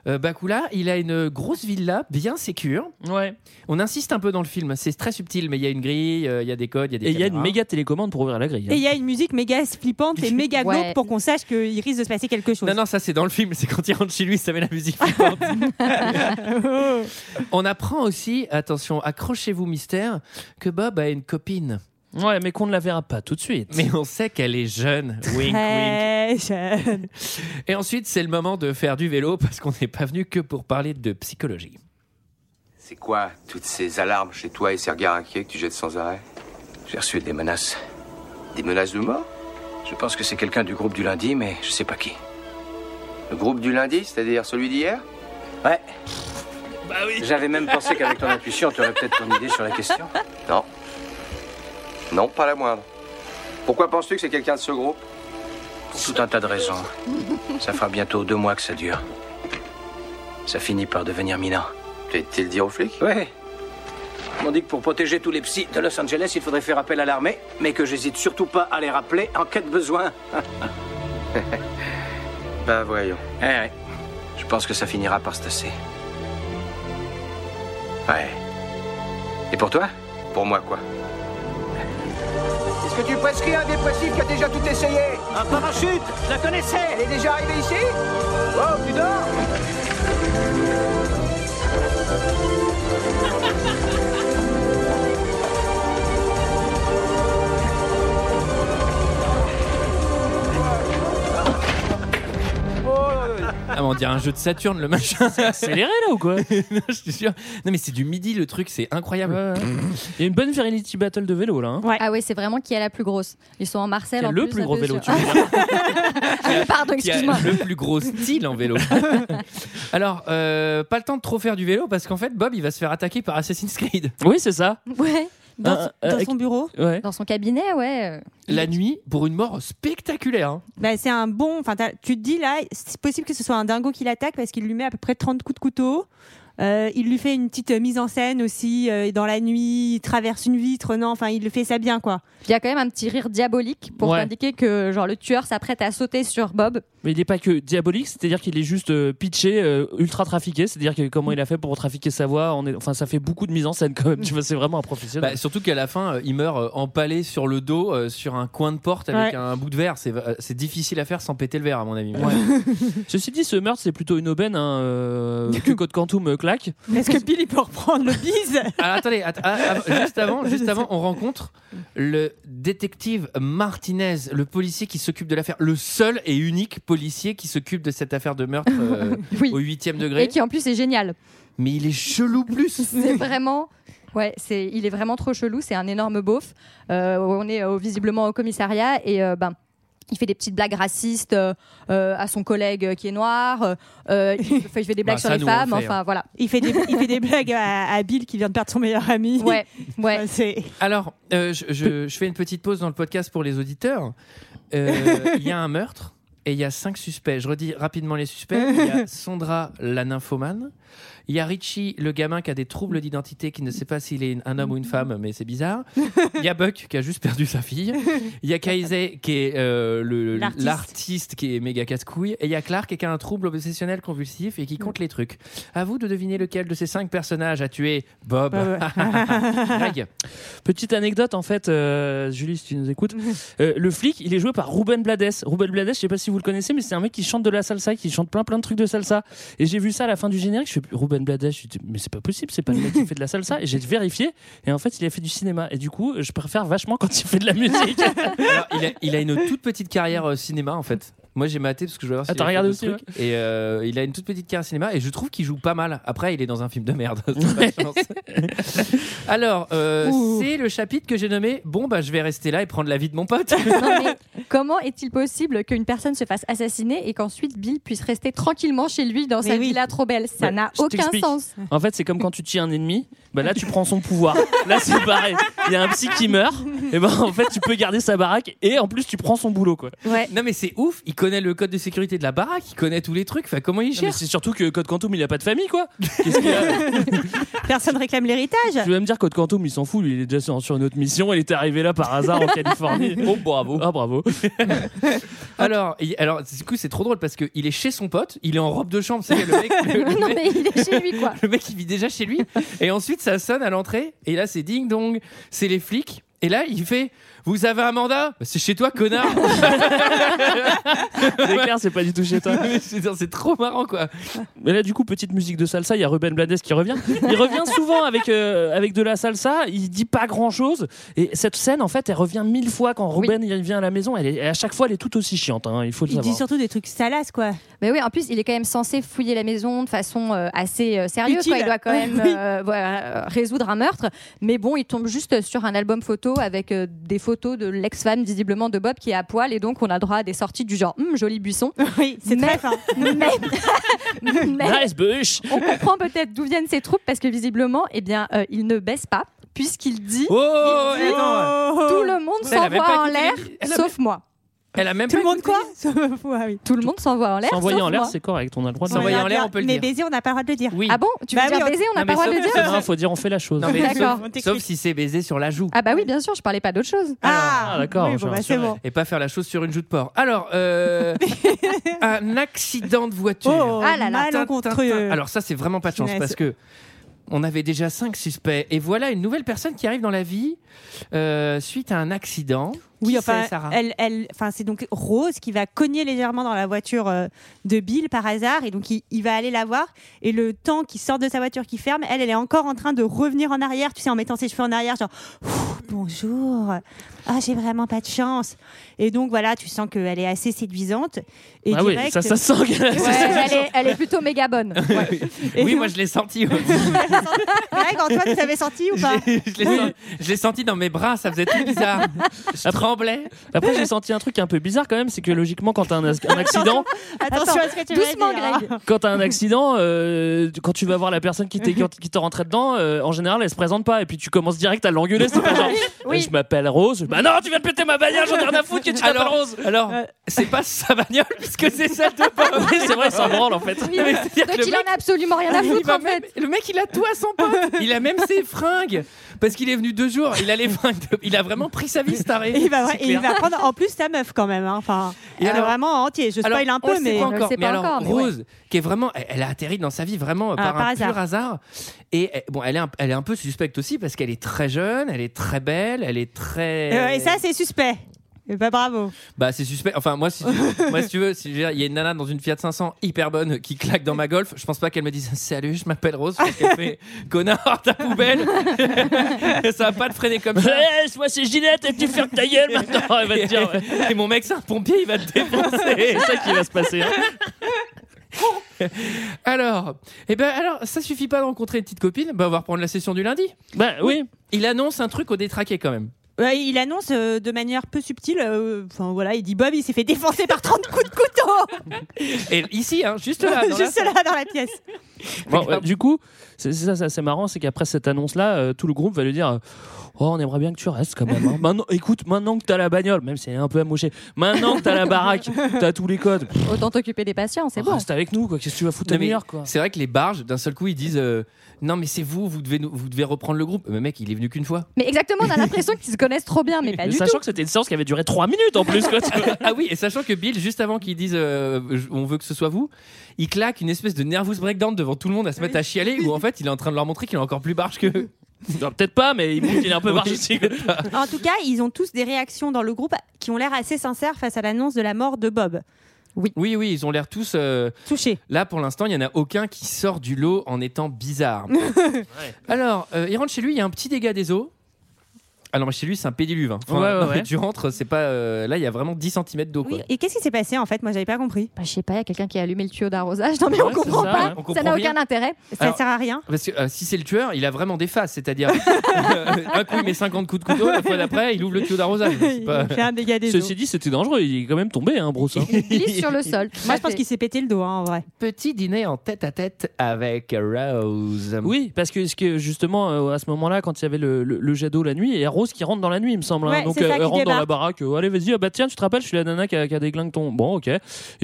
S1: euh, Bakula, il a une grosse villa bien sécure.
S7: Ouais.
S1: On insiste un peu dans le film, c'est très subtil, mais il y a une grille, euh, il y a des codes, il y a des.
S7: Et il y a une
S1: caméras.
S7: méga télécommande pour ouvrir la grille.
S6: Et il y a une musique méga flippante et méga glauque
S8: Ouais.
S6: pour qu'on sache qu'il risque de se passer quelque chose.
S1: Non, non, ça c'est dans le film, c'est quand il rentre chez lui, ça met la
S7: (laughs)
S1: musique flippante.
S6: (laughs)
S1: On apprend aussi, attention, accrochez-vous mystère, que Bob a une copine.
S7: hein. Ouais, mais qu'on ne la verra pas tout de suite.
S1: Mais on sait qu'elle est
S7: (laughs)
S1: jeune. Wink, wink.
S6: Très jeune.
S1: Et ensuite, c'est le moment de faire du vélo parce qu'on n'est pas venu que pour parler de psychologie.
S9: C'est quoi toutes ces alarmes chez toi et ces regards inquiets que tu jettes sans arrêt
S2: J'ai reçu des menaces.
S9: Des menaces de mort
S2: Je pense que c'est quelqu'un du groupe du lundi, mais je sais pas qui.
S9: Le groupe du lundi, c'est-à-dire celui d'hier
S2: Ouais. J'avais même pensé qu'avec ton intuition, tu aurais peut-être ton idée sur la question.
S9: Non. Non, pas la moindre. Pourquoi penses-tu que c'est quelqu'un de ce groupe
S2: Pour tout un tas de raisons. Ça fera bientôt deux mois que ça dure. Ça finit par devenir minant.
S9: T'as-t-il dit aux flics
S2: Ouais. On dit que pour protéger tous les psys de Los Angeles, il faudrait faire appel à l'armée, mais que j'hésite surtout pas à les rappeler en cas de besoin.
S9: (laughs) Bah voyons.
S2: Eh ouais. Je pense que ça finira par se tasser. Ouais. Et pour toi
S9: Pour moi quoi
S11: Est-ce que tu prescris un dépressif qui a déjà tout essayé
S2: Un parachute La connaissais
S11: Elle est déjà arrivée ici Oh, tu dors
S1: Ah, mais on dirait un jeu de Saturne, le machin. (laughs)
S7: Accéléré là ou (laughs) quoi
S1: Non, je suis sûr. Non, mais c'est du midi, le truc, c'est incroyable.
S7: Il y a une bonne Virility Battle de vélo là. hein.
S8: Ah oui, c'est vraiment qui est la plus grosse. Ils sont en Marseille.
S7: Qui a
S8: en
S7: le
S8: plus,
S7: plus
S8: ça
S7: gros
S8: fait
S7: vélo,
S8: sur-
S7: tu veux dire.
S8: Ah, (laughs) Pardon,
S1: qui a
S8: excuse-moi.
S1: le plus gros style en vélo. (laughs) Alors, euh, pas le temps de trop faire du vélo parce qu'en fait, Bob, il va se faire attaquer par Assassin's Creed.
S6: Ah.
S7: Oui, c'est ça.
S8: Ouais,
S6: Dans,
S7: Ah,
S6: son- dans
S7: euh,
S6: son bureau.
S7: Ouais.
S8: dans son cabinet, ouais.
S1: La nuit, pour une mort spectaculaire. hein.
S6: Bah, c'est un bon. Enfin, t'as- tu te dis là, c'est possible que ce soit un dingo qui l'attaque parce qu'il lui met à peu près 30 coups de couteau. Euh, il lui fait une petite euh, mise en scène aussi euh, dans la nuit. Il traverse une vitre. Non, enfin, il le fait ça bien (laughs) quoi.
S8: Il y a quand même un petit rire diabolique pour
S1: Ouais.
S8: indiquer que genre le tueur s'apprête à sauter sur Bob.
S7: Mais il n'est pas que diabolique, c'est-à-dire qu'il est juste euh, pitché, euh, ultra trafiqué. C'est-à-dire que comment il a fait pour trafiquer sa voix, on est... enfin ça fait beaucoup de mise en scène quand même. Tu vois, c'est vraiment un professionnel.
S1: Bah, surtout qu'à la fin, euh, il meurt euh, empalé sur le dos, euh, sur un coin de porte avec
S6: Ouais.
S1: un bout de verre. C'est euh, c'est difficile à faire sans péter le verre, à mon avis.
S7: Ceci dit, ce meurtre c'est plutôt une aubaine hein, euh, que Code Quantum euh, claque.
S6: Est-ce que Bill il peut reprendre le bise
S1: (laughs) Alors, attendez, att- ah, ah, juste avant, (laughs) juste avant, on rencontre le détective Martinez, le policier qui s'occupe de l'affaire, le seul et unique policier qui s'occupe de cette affaire de meurtre (laughs) euh,
S8: Oui.
S1: au huitième
S8: Et
S1: degré.
S8: qui en plus est génial.
S1: Mais il est chelou plus.
S8: C'est vraiment. Ouais, c'est, il est vraiment trop chelou, c'est un énorme beauf. Euh, on est euh, visiblement au commissariat et euh, ben, il fait des petites blagues racistes euh, euh, à son collègue euh, qui est noir. euh, euh,
S1: (laughs)
S8: il, fait, il fait des blagues
S1: Bah,
S8: sur
S1: ça,
S8: les
S1: nous, on
S8: femmes,
S1: fait,
S8: enfin voilà.
S6: (laughs) Il fait des, il fait des blagues à, à Bill qui vient de perdre son meilleur ami.
S8: Ouais, ouais.
S1: (laughs)
S6: (laughs) Enfin, c'est-
S1: Alors, euh, je, je- je fais une petite pause dans le podcast pour les auditeurs. Euh, Il y a un meurtre et il y a cinq suspects. Je redis rapidement les suspects. Il y a Sandra, la nymphomane. Il y a Richie, le gamin qui a des troubles d'identité, qui ne sait pas s'il est un homme ou une femme, mais c'est bizarre. Il y a Buck qui a juste perdu sa fille. Il y a Kaizei qui est euh, le-
S6: L'artiste.
S1: l'artiste qui est méga casse-couille. Et il y a Clark qui a un trouble obsessionnel convulsif et qui compte les trucs. À vous de deviner lequel de ces cinq personnages a tué Bob.
S6: Bob.
S1: (laughs) Greg.
S7: Petite anecdote en fait, euh, Julie, si tu nous écoutes, euh, le flic, il est joué par Ruben Blades. Ruben Blades, je sais pas si vous le connaissez, mais c'est un mec qui chante de la salsa, qui chante plein plein de trucs de salsa. Et j'ai vu ça à la fin du générique. Je fais Ruben Blades, je suis dit, mais c'est pas possible, c'est pas le mec qui fait de la salsa. Et j'ai vérifié, et en fait, il a fait du cinéma. Et du coup, je préfère vachement quand il fait de la musique.
S1: Alors, il, a, il a une toute petite carrière euh, cinéma en fait. Moi j'ai maté parce que je voulais voir si
S7: Ah, t'as regardé aussi,
S1: Et euh, il a une toute petite carrière cinéma et je trouve qu'il joue pas mal. Après, il est dans un film de merde. (laughs) C'est pas de chance. Alors, euh,
S6: Ouh.
S1: c'est le chapitre que j'ai nommé Bon, bah je vais rester là et prendre la vie de mon
S7: (laughs)
S1: pote.
S8: Non, mais comment est-il possible qu'une personne se fasse assassiner et qu'ensuite Bill puisse rester tranquillement chez lui dans sa
S6: Mais oui.
S8: villa trop belle Ça
S7: Ouais,
S8: n'a
S7: je
S8: aucun
S7: t'explique.
S8: sens.
S7: En fait, c'est comme quand tu tues un ennemi, bah là tu prends son pouvoir. Là c'est pareil. Il y a un psy qui meurt, et ben en fait tu peux garder sa baraque et en plus tu prends son boulot quoi.
S8: Ouais.
S1: non, mais c'est ouf. Il connaît le code de sécurité de la baraque, il connaît tous les trucs. Enfin, comment il
S7: Non, mais
S1: cherche
S7: c'est surtout que Code Quantum il a pas de famille quoi. Qu'est-ce qu'il a
S6: Personne réclame l'héritage.
S7: Tu vas me dire Code Quantum il s'en fout, lui il est déjà sur sur une autre mission, il était arrivé là par hasard
S1: (laughs)
S7: en Californie.
S1: Oh, bravo.
S7: Ah bravo.
S1: Alors, il- alors, du coup, c'est trop drôle parce qu'il est chez son pote, il est en robe de chambre. C'est
S7: (laughs)
S1: le mec, le- le
S8: (laughs) non,
S1: mec-
S8: mais il est chez lui, quoi.
S1: (laughs) Le mec, il vit déjà chez lui. Et ensuite, ça sonne à l'entrée. Et là, c'est ding dong. C'est les flics. Et là, il fait Vous avez un mandat Bah, C'est chez toi,
S6: (laughs)
S1: connard (laughs)
S7: C'est clair, c'est pas du tout chez toi.
S1: Mais je veux dire, C'est trop marrant, quoi
S7: Mais là, du coup, petite musique de salsa, il y a Ruben Blades qui revient. Il revient souvent avec, euh, avec de la salsa, il dit pas grand chose. Et cette scène, en fait, elle revient mille fois quand
S8: Oui.
S7: Ruben il vient à la maison. Elle est, et à chaque fois, elle est tout aussi chiante, hein, il faut le
S6: Il dit
S7: savoir.
S6: surtout des trucs salaces, quoi.
S8: Mais oui, en plus, il est quand même censé fouiller la maison de façon euh, assez euh, sérieuse.
S6: Utile.
S8: quoi. Il doit quand même
S6: Oui.
S8: euh, voilà, euh, résoudre un meurtre. Mais bon, il tombe juste sur un album photo avec euh, des photos de l'ex-femme visiblement de Bob qui est à poil. Et donc, on a droit à des sorties du genre Hum, joli buisson.
S6: Oui, c'est
S8: Mais-
S6: très (laughs) fin.
S8: (laughs) Mais- (laughs) mais
S7: Nice bûche
S8: on comprend peut-être d'où viennent ces troupes parce que visiblement, eh bien, euh, il ne baisse pas puisqu'il dit
S1: Oh
S8: Il dit-
S1: attends.
S8: Tout le monde
S1: Elle avait
S8: s'envoie
S1: pas
S8: en
S1: écouté
S8: l'air,
S1: les- elle a-
S8: sauf moi.
S1: Elle a même
S6: Tout
S1: pas
S6: le monde
S1: écouté.
S6: quoi (laughs) Sauf- ouais, oui.
S8: Tout le monde s'envoie en l'air, sauf
S7: S'envoyer en l'air,
S8: moi.
S7: c'est correct, on a le droit de
S1: S'envoyer
S7: le
S1: en l'air, on peut le
S6: Mais
S1: dire.
S6: baiser, on n'a pas le droit de le dire.
S1: Oui.
S8: Ah bon Tu veux
S6: Bah
S8: dire
S6: oui, on-
S8: baiser, on
S1: Non,
S8: n'a pas
S1: mais
S8: le droit de le
S1: sauf-
S8: dire
S7: dire. Non, faut dire, on fait la chose.
S1: Non, mais
S6: (laughs)
S8: D'accord.
S1: sauf, sauf si c'est baisé sur la joue.
S8: Ah bah oui, bien sûr, je parlais pas d'autre chose.
S7: Ah, d'accord,
S6: oui,
S7: j'ai
S6: bon, bah,
S7: un
S6: c'est
S7: sujet.
S6: bon.
S1: Et pas faire la chose sur une joue de porc. Alors,
S6: (laughs)
S1: euh, un accident de voiture.
S6: Oh,
S8: Ah là là.
S6: malencontreux.
S1: Alors ça, c'est vraiment pas de chance
S6: Finesse.
S1: parce que on avait déjà cinq suspects et voilà une nouvelle personne qui arrive dans la vie euh, suite à un accident.
S6: Oui,
S1: Qui
S6: enfin,
S1: c'est,
S6: (laughs)
S1: Sarah
S6: elle, elle, enfin, c'est donc Rose qui va cogner légèrement dans la voiture euh, de Bill par hasard, et donc il, il va aller la voir. Et le temps qu'il sort de sa voiture, qui ferme, elle, elle est encore en train de revenir en arrière, tu sais, en mettant ses cheveux en arrière, genre Ouh, bonjour, ah j'ai vraiment pas de chance. Et donc voilà, tu sens qu'elle est assez séduisante. Et
S7: Ah oui,
S6: direct, euh,
S7: ça, ça sent.
S8: Ouais, elle, est, elle est plutôt méga bonne. Ouais.
S6: Et
S1: oui,
S6: donc-
S1: moi (laughs) je l'ai senti. ouais.
S6: (laughs) Greg, Antoine, tu avais senti
S7: (laughs)
S6: ou
S1: Je
S6: pas
S1: l'ai- je l'ai senti- je l'ai senti dans mes bras, ça faisait tout
S6: (laughs)
S1: bizarre. Je tremblais.
S7: Après, j'ai senti un truc un peu bizarre quand même, c'est que logiquement, quand t'as un, as- un accident,
S6: Attention à ce que tu vas
S8: Doucement,
S6: dire.
S8: Greg.
S7: quand t'as un accident, euh, quand tu vas voir la personne qui t'est- qui te rentrait dedans, euh, en général, elle se présente pas et puis tu commences direct à l'engueuler. C'est (laughs) pas genre,
S8: Oui.
S7: euh, je m'appelle Rose. Bah non, tu viens de péter ma bagnole, j'en ai rien à foutre que tu t'appelles
S1: Alors,
S7: Rose.
S1: alors
S6: Ouais.
S1: c'est pas sa bagnole puisque c'est celle de Bob.
S7: (laughs) Oui, c'est vrai, ça branle en fait.
S8: Oui.
S1: Non, mais c'est-à-dire
S8: Donc
S1: que le
S8: il en a absolument rien à
S1: Il
S8: foutre
S1: va
S8: en
S1: même-
S8: fait.
S1: le mec, il a tout à son pote. (laughs) Il a même ses fringues. Parce qu'il est venu deux jours. Il a les fringues. de- Il a vraiment pris sa vie, ce taré.
S6: Et il va,
S1: C'est
S6: et il
S1: clair.
S6: va prendre en plus sa meuf quand même. hein. Enfin,
S1: Et
S6: euh,
S1: alors-
S6: vraiment entier. Je spoil
S1: Alors,
S6: un
S1: on le
S6: peu,
S1: sait
S6: mais
S1: pas
S8: On le
S1: encore.
S8: sait
S1: mais
S8: pas
S1: alors,
S8: encore, mais
S1: Rose, qui est vraiment, elle, elle a atterri dans sa vie vraiment euh,
S6: Ah,
S1: par,
S6: par
S1: un
S6: hasard.
S1: pur hasard. Et euh, bon, elle est, un, elle est un peu suspecte aussi parce qu'elle est très jeune, elle est très belle, elle est très.
S6: Euh, et ça, c'est suspect. Et bah, bravo.
S1: Bah, c'est suspect. Enfin, moi, si
S7: (laughs)
S1: tu, moi, si tu veux, si je veux dire, il y a une nana dans une Fiat 500 hyper bonne qui claque dans ma golf, je pense pas qu'elle me dise Salut, je m'appelle Rose. Je pense qu'elle
S7: (laughs)
S1: fait Connard, ta poubelle. ça va pas te freiner
S7: (laughs)
S1: comme ça.
S7: Ouais, moi Eh, c'est Ginette et tu fermes ta gueule maintenant. Elle va te dire, ouais.
S1: Et mon mec, c'est un pompier, il va te défoncer.
S7: (laughs) c'est ça qui va se passer. hein.
S1: alors, eh ben, alors, ça suffit pas de rencontrer une petite copine, bah, on va reprendre la session du lundi.
S7: Bah oui,
S1: Il annonce un truc au détraqué quand même.
S6: Ouais, il annonce euh, de manière peu subtile. euh, Enfin voilà, il dit Bob, il s'est fait défoncer par 30 coups
S1: (laughs)
S6: de couteau.
S1: Et ici, hein, juste
S7: (laughs)
S1: là. dans la-
S6: (laughs) Juste là dans la pièce.
S7: Bon, euh, du coup, c'est c'est ça, c'est assez marrant, c'est qu'après cette annonce-là, euh, tout le groupe va lui dire euh, Oh, on aimerait bien que tu restes quand
S8: (laughs)
S7: même. hein. Maintenant, écoute, maintenant que t'as la bagnole, même si elle est un peu amouchée, maintenant que t'as
S8: (laughs)
S7: la baraque, t'as tous les codes,
S8: Autant t'occuper des patients, c'est bon.
S7: reste avec nous, quoi. Qu'est-ce que tu vas foutre à
S1: Non, mais
S7: New York, quoi
S1: C'est vrai que les barges, d'un seul coup, ils disent euh, Non, mais c'est vous, vous devez, nous- vous devez reprendre le groupe. Mais mec, il est venu qu'une fois.
S8: Mais exactement, on a l'impression qu'ils se connaissent trop bien, mais pas
S7: Mais
S8: du
S7: Sachant
S8: tout.
S7: que c'était une séance qui avait duré 3 minutes en plus, quoi. tu
S8: (laughs)
S7: vois.
S1: ah oui, et sachant que Bill, juste avant qu'ils disent euh, je- On veut que ce soit vous, il claque une espèce de nervous breakdown devant tout le monde à se mettre à chialer, où en fait, il est en train de leur montrer qu'il est encore plus barge que
S7: (laughs)
S1: eux.
S7: Non, Peut-être pas, mais il, il est un peu marche aussi,
S8: (laughs)
S7: quoi.
S6: En tout cas, ils ont tous des réactions dans le groupe qui ont l'air assez sincères face à l'annonce de la mort de Bob.
S1: Oui, oui, ils ont l'air tous. euh,
S6: Touché.
S1: Là, pour l'instant, il n'y en a aucun qui sort du lot en étant
S7: (laughs)
S1: bizarre. Alors, euh, il rentre chez lui, il y a un petit dégât des eaux. Alors, chez lui, c'est un pédiluve. hein. Enfin,
S7: Ouais, ouais,
S1: non, mais
S7: ouais.
S1: Tu rentres, c'est pas. euh, là, il y a vraiment 10 cm d'eau. quoi.
S6: Oui. Et qu'est-ce qui s'est passé en fait Moi, j'avais pas compris.
S8: Bah, je sais pas, il y a quelqu'un qui a allumé le tuyau d'arrosage. Non mais on
S7: Ouais, c'est
S8: comprend
S7: ça,
S8: pas,
S7: ouais.
S1: On
S8: ça n'a
S1: comprend rien.
S8: aucun intérêt.
S6: Ça
S1: Alors-
S6: sert
S1: (laughs)
S6: à rien.
S1: Parce que euh, si c'est le tueur, il a vraiment des faces.
S7: (laughs)
S1: C'est-à-dire, euh, un coup, il met 50 coups de couteau, la fois d'après, il ouvre le tuyau d'arrosage. C'est
S6: Il
S1: pas-
S6: fait un dégât des eaux.
S7: Ceci dit, c'était dangereux, il est quand même tombé, hein, Bruce. hein.
S8: Il glisse sur le sol.
S6: Moi, je pense qu'il s'est pété le dos hein, en vrai.
S1: Petit dîner en tête à tête avec
S6: Ah
S1: Rose.
S7: Oui, parce que, ce que justement, euh, à ce moment-là, quand il y avait le, le- le jet d'eau la nuit, et Rose qui rentre dans la nuit, il me semble. hein.
S6: Ouais,
S7: Donc,
S6: c'est ça
S7: elle
S6: qui
S7: rentre dans la
S6: débarque.
S7: baraque. euh, allez, vas-y, ah bah tiens, tu te rappelles, je suis la nana qui a, qui a déglingue ton. Bon, ok. Et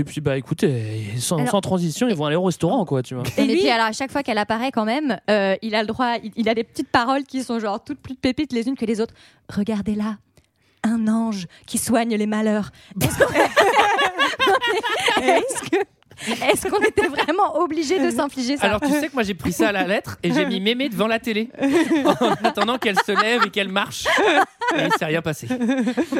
S7: puis, bah écoute, euh, sans,
S8: Alors-
S7: sans transition, ils vont aller au restaurant, quoi, tu vois.
S8: Et,
S6: Et lui-
S8: puis alors à chaque fois qu'elle apparaît quand même, euh, il a le droit, il, il a des petites paroles qui sont genre toutes plus pépites les unes que les autres. Regardez là, un ange qui soigne les malheurs. (laughs) Est-ce que... Non, mais est-ce que- Est-ce qu'on était vraiment obligé de s'infliger
S1: (laughs)
S8: ça
S1: Alors tu sais que moi j'ai pris ça à la lettre et j'ai
S6: (laughs)
S1: mis mémé devant la télé en attendant qu'elle se lève et qu'elle marche. Et il s'est rien passé.
S6: (laughs)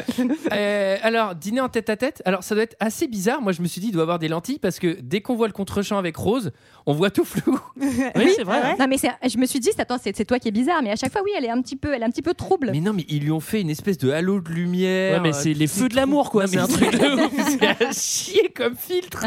S1: Euh, alors dîner en tête à tête, alors ça doit être assez bizarre. Moi je me suis dit il doit avoir des lentilles parce que dès qu'on voit le contre-champ avec Rose, on voit tout flou.
S7: Oui, c'est vrai.
S8: Non mais c'est- je me suis dit, attends, c'est c'est toi qui est bizarre, mais à chaque fois, oui, elle est un petit peu, elle est un petit peu trouble.
S1: Mais non, mais ils lui ont fait une espèce de halo de lumière.
S7: Ouais, mais c'est les feux de l'amour, quoi.
S1: Non, mais
S7: C'est
S1: (laughs)
S7: un truc de ouf.
S1: c'est à
S7: (laughs)
S1: chier comme filtre.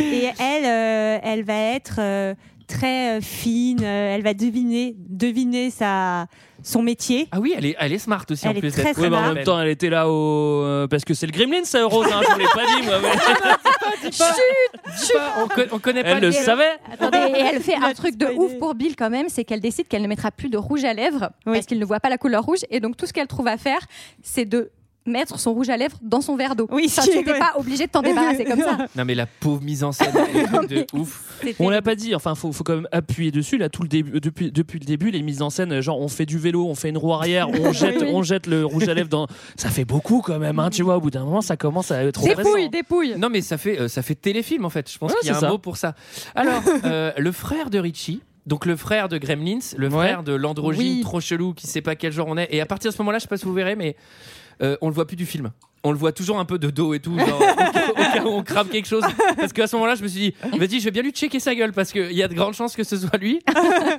S6: Et elle, euh, elle va être euh, très euh, fine. euh, elle va deviner, deviner sa, son métier.
S1: Ah oui, elle est, elle est smart aussi
S6: Elle
S1: en
S6: est
S1: plus.
S6: très, (laughs)
S1: d'être-
S6: très
S7: Ouais, mais en
S6: marrant.
S7: même temps, elle était là au. euh, Parce que c'est le Gremlin, ça, Rose, hein, je vous l'ai pas dit, moi. mais
S1: Dis pas, on, co- on connaît pas
S7: Elle le
S1: les-
S7: savait.
S8: Attendez, et elle fait
S6: Il a
S8: un truc de
S6: spoilé.
S8: ouf pour Bill quand même, c'est qu'elle décide qu'elle ne mettra plus de rouge à lèvres
S6: Oui.
S8: parce qu'il ne voit pas la couleur rouge et donc tout ce qu'elle trouve à faire, c'est de mettre son rouge à lèvres dans son verre d'eau.
S6: Oui, (laughs)
S8: Enfin, tu
S6: ouais.
S8: n'étais pas obligé de t'en débarrasser comme ça.
S1: Non, mais la pauvre mise en scène,
S6: (laughs)
S1: elle est de ouf.
S7: On l'a pas dit, enfin faut, faut quand même appuyer dessus là tout le début depuis depuis le début les mises en scène genre on fait du vélo, on fait une roue arrière, on jette
S8: Oui.
S7: on jette le rouge à lèvres dans ça fait beaucoup quand même hein, tu vois au bout d'un moment ça commence à être oppressant.
S8: Dépouille, dépouille.
S1: Non, mais ça fait, euh, ça fait téléfilm en fait. Je pense
S7: Ouais,
S1: qu'il y a
S7: c'est
S1: un
S7: ça.
S1: mot pour ça.
S7: (laughs)
S1: Alors, euh, le frère de Richie. Donc le frère de Gremlins, le frère de l'androgyne
S8: Oui.
S1: trop chelou qui sait pas quel genre on est. Et à partir de ce moment-là, je sais pas si vous verrez, mais euh, on le voit plus du film. On le voit toujours un peu de dos et tout, genre, au, cas, au cas où on crame quelque chose. Parce qu'à ce moment-là, je me suis dit, vas-y, je vais bien lui checker sa gueule parce qu'il y a de grandes chances que ce soit lui.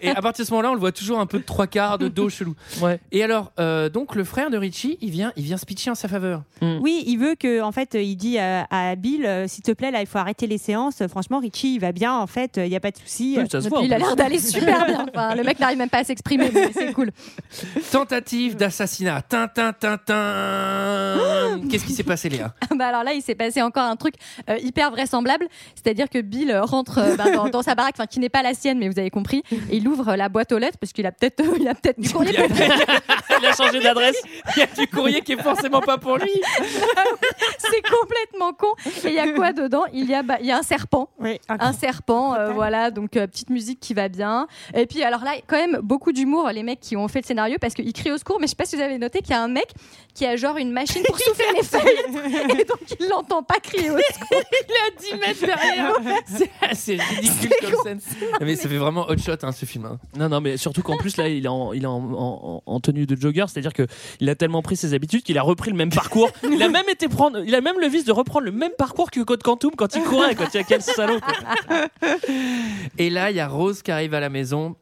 S1: Et à partir de ce moment-là, on le voit toujours un peu de trois quarts de dos chelou.
S7: Ouais.
S1: Et alors, euh, donc le frère de Richie, il vient, il vient se pitcher en sa faveur.
S7: Mm.
S6: Oui, il veut que, en fait, euh, il dit à, à Bill, euh, s'il te plaît, là, il faut arrêter les séances. Euh, Franchement, Richie, il va bien, en fait, euh, il n'y a pas de souci.
S7: Oui, ça se
S8: Et
S7: voit.
S8: puis,
S7: en
S8: il a
S7: plus.
S8: l'air d'aller super (laughs) bien. Enfin, le mec n'arrive même pas à s'exprimer, mais c'est cool.
S1: Tentative d'assassinat. Tintin, tintin. Qu'est-ce qui s'est passé, Léa
S8: Bah alors là, il s'est passé encore un truc euh, hyper vraisemblable, c'est-à-dire que Bill euh, rentre euh, bah, dans, dans sa baraque, enfin qui n'est pas la sienne, mais vous avez compris, et il ouvre euh, la boîte aux lettres parce qu'il a peut-être, euh, il a peut-être du courrier.
S7: Il a changé d'adresse.
S1: (laughs) Il y a du courrier qui est forcément pas pour
S7: (laughs)
S1: lui.
S8: (laughs) C'est complètement con. Et il y a quoi dedans Il y a, bah, il y a un serpent.
S6: Oui,
S8: Un serpent, euh,
S6: Total.
S8: voilà, donc euh, petite musique qui va bien. Et puis alors là, quand même, beaucoup d'humour, les mecs qui ont fait le scénario, parce qu'ils crient au secours, mais je sais pas si vous avez noté qu'il y a un mec qui a genre une machine (laughs) pour souffler les (laughs) feuilles, et donc il l'entend pas crier au secours. (laughs)
S1: Il a 10 mètres derrière. C'est- C'est (laughs) ridicule comme scène. Mais, ça fait vraiment hot shot, hein, ce film. hein.
S7: Non non mais surtout qu'en plus là il est en il est en, en- en tenue de jogger, c'est-à-dire que il a tellement pris ses habitudes qu'il a repris le même parcours. Il a même été prendre il a même le vice de reprendre le même parcours que Code Quantum quand il courait quand il y a quel salaud. quoi.
S1: Et là, il y a Rose qui arrive à la maison.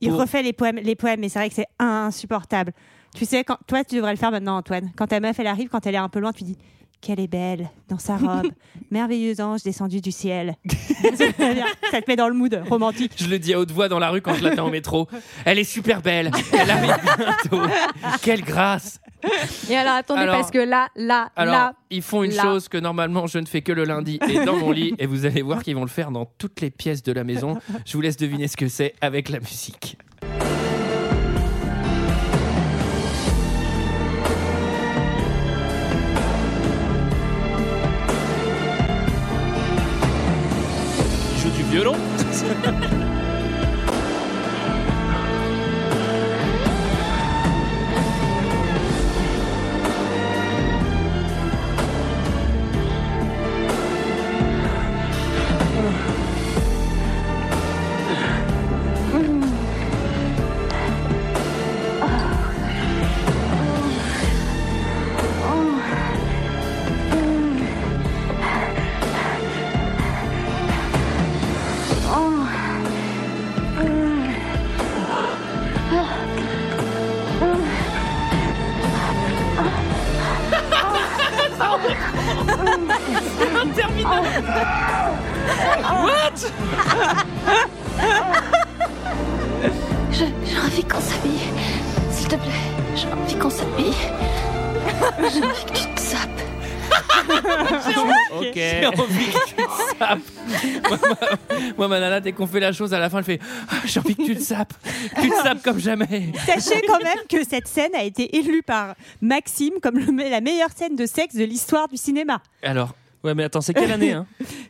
S6: Il
S1: Pour-
S6: refait les poèmes, les poèmes, mais c'est vrai que c'est insupportable. Tu sais, quand, toi, tu devrais le faire maintenant, Antoine. Quand ta meuf, elle arrive, quand elle est un peu loin, tu dis Qu'elle est belle dans sa
S7: (laughs)
S6: robe, merveilleux ange descendu du ciel. (laughs) ça te met dans le mood romantique.
S1: Je le dis à haute voix dans la rue quand je l'attends au (laughs) métro. Elle est super belle. Elle arrive (laughs) bientôt. Quelle grâce.
S8: Et alors attendez,
S1: Alors-
S8: parce que là, là,
S1: Alors,
S8: là,
S1: ils font une
S8: là.
S1: chose que normalement je ne fais que le lundi et dans mon lit, et vous allez voir qu'ils vont le faire dans toutes les pièces de la maison. Je vous laisse deviner ce que c'est avec la musique.
S7: Il joue du violon.
S10: Je, j'ai envie qu'on s'habille. S'il te plaît, j'ai envie qu'on s'habille. J'ai envie que tu te sapes.
S7: OK.
S1: J'ai envie que tu le sapes. Moi, ma- Moi, ma nana, dès qu'on fait la chose, à la fin, elle fait Ah, J'ai envie que tu le sapes. Que Tu le sapes comme jamais. (laughs)
S6: Sachez quand même que cette scène a été élue par Maxime comme le- la meilleure scène de sexe de l'histoire du cinéma.
S1: Alors,
S7: Ouais mais attends, c'est quelle année hein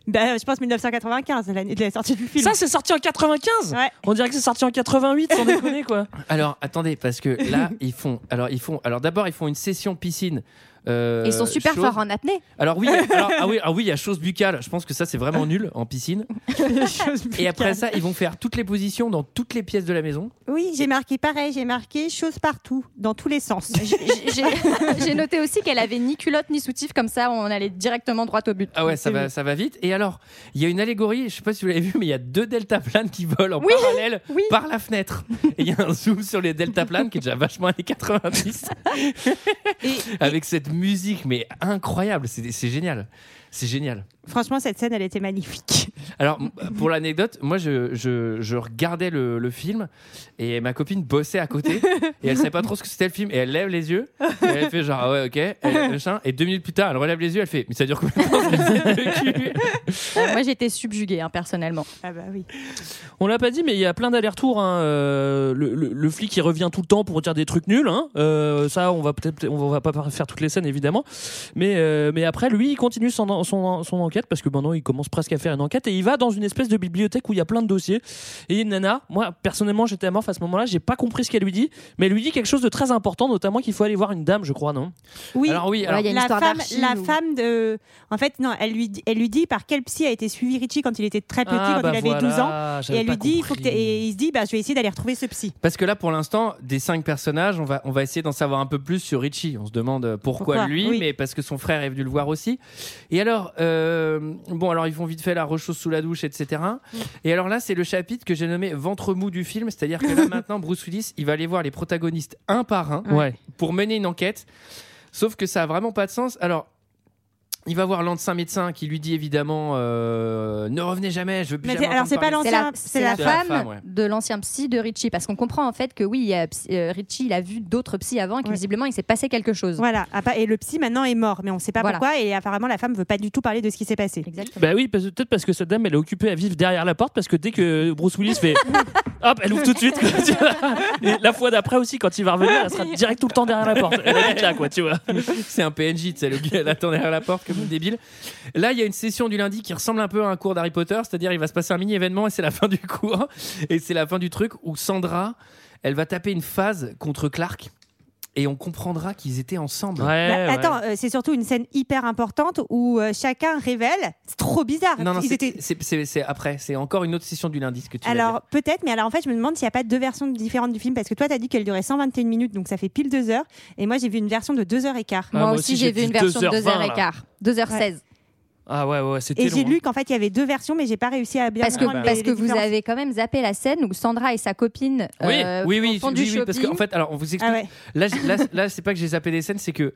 S6: Ben, je pense 1995, l'année de la sortie du film.
S7: Ça, c'est sorti en 95
S6: Ouais.
S7: On dirait que c'est sorti en 88,
S1: (laughs)
S7: sans déconner, quoi.
S8: (laughs)
S1: alors, attendez, parce que là, ils font. Alors, ils font. Alors, d'abord, ils font une session piscine euh,
S8: Et ils sont super
S1: chose-
S8: forts hein. en apnée.
S1: Alors
S8: (laughs)
S1: oui, alors, ah oui, ah oui, il y a chose buccale. Je pense que ça c'est vraiment nul en
S8: (laughs)
S1: piscine.
S6: (laughs)
S1: Et après ça, ils vont faire toutes les positions dans toutes les pièces de la maison.
S6: Oui, j'ai marqué pareil, j'ai marqué choses partout, dans tous les sens.
S8: J'ai (laughs) j'ai noté aussi qu'elle avait ni culotte ni soutif, comme ça on allait directement droit au but.
S1: Ah ouais, ça va, ça va vite. Et alors, il y a une allégorie, je sais pas si vous l'avez vu, mais il y a deux deltaplanes qui volent en
S8: Oui,
S1: parallèle par la
S8: (laughs)
S1: fenêtre. Et il y a un zoom sur les deltaplanes qui est déjà vachement années 90. (laughs) Avec cette musique, mais incroyable, c'est c'est génial. C'est génial.
S6: Franchement, cette scène, elle était magnifique.
S1: Alors, m- pour l'anecdote, moi, je, je- je regardais le, le film et ma copine bossait à côté et elle savait pas trop ce que c'était le film et elle lève les yeux et elle fait genre, ah ouais, ok, et, machin. Et deux minutes plus tard, elle relève les yeux, elle fait, mais ça dure combien de temps
S8: Euh, Moi j'étais subjuguée hein, personnellement.
S6: Ah bah oui.
S7: On l'a pas dit, mais il y a plein d'allers-retours. hein. Euh, le, le- le flic qui revient tout le temps pour dire des trucs nuls. hein. Euh, ça, on va peut-être, on va pas faire toutes les scènes évidemment. Mais euh, mais après, lui, il continue son, son, son enquête parce que maintenant, il commence presque à faire une enquête et il va dans une espèce de bibliothèque où il y a plein de dossiers. Et une nana, moi personnellement, j'étais amorphe à ce moment-là. J'ai pas compris ce qu'elle lui dit, mais elle lui dit quelque chose de très important, notamment qu'il faut aller voir une dame, je crois, non
S6: Oui.
S1: Alors oui, alors-
S8: il y a une
S6: la
S8: histoire
S6: femme,
S8: d'archives
S6: la
S8: ou-
S6: femme de. En fait, non, elle lui, dit- elle lui dit par quel psy a été suivi Richie quand il était très petit,
S7: Ah,
S6: quand
S7: bah
S6: il avait 12 ans.
S7: voilà,
S6: Et
S7: j'avais
S6: elle
S7: pas
S6: lui dit, il faut que
S7: compris.
S6: t'aies- et il se dit, bah, je vais essayer d'aller retrouver ce psy.
S1: Parce que là, pour l'instant, des cinq personnages, on va, on va essayer d'en savoir un peu plus sur Richie. On se demande euh, pourquoi,
S6: Pourquoi
S1: lui,
S6: Oui.
S1: mais parce que son frère est venu le voir aussi. Et alors, euh, bon, alors ils font vite fait la rechausse sous la douche, etc.
S6: Mm.
S1: Et alors là, c'est le chapitre que j'ai nommé ventre mou du film, c'est-à-dire que
S6: (laughs)
S1: là maintenant, Bruce Willis, il va aller voir les protagonistes un par un
S7: Ouais.
S1: pour mener une enquête. Sauf que ça a vraiment pas de sens. Alors. Il va voir l'ancien médecin qui lui dit évidemment euh, ne revenez jamais, je veux plus
S6: Mais
S1: jamais
S6: c'est- alors,
S1: entendre
S6: c'est pas
S1: parler de
S8: C'est
S6: L'ancien-
S8: la,
S6: c'est
S8: c'est la
S1: la- c'est la
S8: femme,
S1: femme, ouais.
S8: de l'ancien psy de Richie, parce qu'on comprend en fait que oui, il y a psy- euh, Richie il a vu d'autres psys avant et que
S6: Ouais.
S8: visiblement il s'est passé quelque chose.
S6: Voilà. Ah, pas- Et le psy maintenant est mort, mais on sait pas
S8: Voilà.
S6: pourquoi. Et apparemment, la femme veut pas du tout parler de ce qui s'est passé.
S8: Exactement.
S7: Bah oui, parce- peut-être parce que cette dame, elle est occupée à vivre derrière la porte, parce que dès que Bruce Willis fait. Hop, elle ouvre tout de suite. quoi, tu vois. Et la fois d'après aussi, quand il va revenir, elle sera direct tout le temps derrière la porte. Elle est là, quoi, tu vois.
S1: C'est un PNJ, tu sais, le gars, elle attend derrière la porte comme une débile. Là, il y a une session du lundi qui ressemble un peu à un cours d'Harry Potter, c'est-à-dire il va se passer un mini-événement et c'est la fin du cours. Et c'est la fin du truc où Sandra, elle va taper une phase contre Clark et on comprendra qu'ils étaient ensemble.
S7: Eh,
S6: Bah, Attends, euh, c'est surtout une scène hyper importante où euh, chacun révèle. C'est trop bizarre.
S1: Non, non,
S6: Ah, Ils
S1: c'est
S6: étaient.
S1: c'est- c'est- c'est après, c'est encore une autre session du lundi ce que tu vas dire.
S6: Alors peut-être, mais alors en fait, je me demande s'il n'y a pas deux versions différentes du film parce que toi, t'as dit qu'elle durait 121 minutes, donc ça fait pile deux heures. Et moi, j'ai vu une version de deux heures et quart.
S7: Ah,
S8: moi,
S7: moi
S8: aussi
S7: aussi,
S8: j'ai
S7: j'ai
S8: vu
S7: dit
S8: une version de
S7: 2h20,
S8: 2h15, 2h16.
S7: Ah ouais, ouais, c'était
S6: Et
S7: long.
S6: j'ai
S7: hein.
S6: lu qu'en fait, il y avait deux versions, mais j'ai pas réussi à bien
S8: Parce que,
S6: comprendre les-
S8: parce que
S6: les
S8: vous
S6: différences.
S8: avez quand même zappé la scène où Sandra et sa copine
S7: hein.
S1: Oui,
S8: euh,
S1: oui, oui,
S8: font
S1: oui,
S8: du
S1: oui, parce
S8: shopping.
S1: qu'en fait, alors on vous explique.
S6: Ah ouais.
S1: Là, j'ai- là, là, c'est pas que j'ai zappé des scènes, c'est que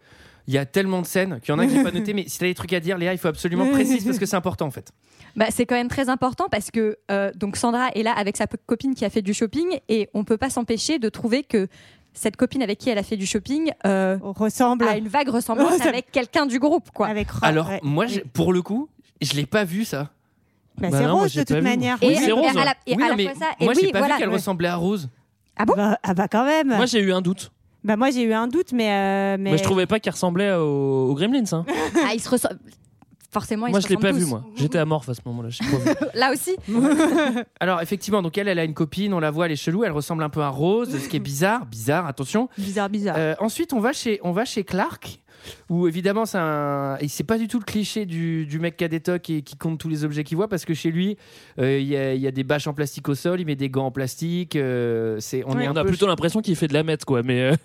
S1: il y a tellement de scènes qu'il y en a qui j'ai
S6: (laughs)
S1: pas noté. Mais si t'as des trucs à dire, Léa, il faut absolument préciser parce que c'est important en fait.
S8: Bah, c'est quand même très important parce que euh, donc Sandra est là avec sa p- copine qui a fait du shopping et on peut pas s'empêcher de trouver que cette copine avec qui elle a fait du shopping euh,
S6: On ressemble
S8: a une vague ressemblance avec quelqu'un du groupe quoi.
S6: avec Ro-
S1: Alors,
S6: ouais.
S1: moi, j'ai- pour le coup, je l'ai pas vu ça.
S6: Bah,
S7: Bah
S6: c'est
S7: non, moi,
S6: rose
S7: j'ai
S6: de
S7: pas
S6: toute
S7: vu.
S6: manière.
S7: Oui,
S8: Et,
S7: c'est
S8: et
S7: rose.
S8: à la,
S1: Oui,
S8: et à
S1: non,
S8: la
S1: mais
S8: fois ça et
S1: moi,
S8: oui,
S1: j'ai pas
S8: voilà,
S1: vu qu'elle
S8: ouais.
S1: ressemblait à Rose.
S6: Bah, ah bah quand même.
S7: euh, Moi, j'ai eu un doute.
S6: bah moi j'ai eu un doute, mais euh, mais.
S7: Mais je trouvais pas qu'elle ressemblait au, au Gremlins. hein.
S8: Ah, ils se ressemblent. Forcément, ils
S7: Moi,
S8: se
S7: je l'ai pas
S8: ressemblent
S7: vu,
S8: tous.
S7: moi. J'étais amorphe à ce moment-là. je sais pas.
S8: (laughs) Là aussi,
S1: Alors, effectivement, donc elle, elle a une copine, on la voit, elle est chelou, elle ressemble un peu à Rose, ce qui est bizarre, bizarre, attention.
S6: bizarre bizarre.
S1: Euh, ensuite, on va chez, on va chez Clark, où évidemment, c'est un. et C'est pas du tout le cliché du, du mec qui a des tocs et qui compte tous les objets qu'il voit, parce que chez lui, euh, il y, a- il y a des bâches en plastique au sol, il met des gants en plastique. euh, c'est, on est un
S7: On a
S1: peu-
S7: plutôt l'impression qu'il fait de la mette, quoi. Mais euh,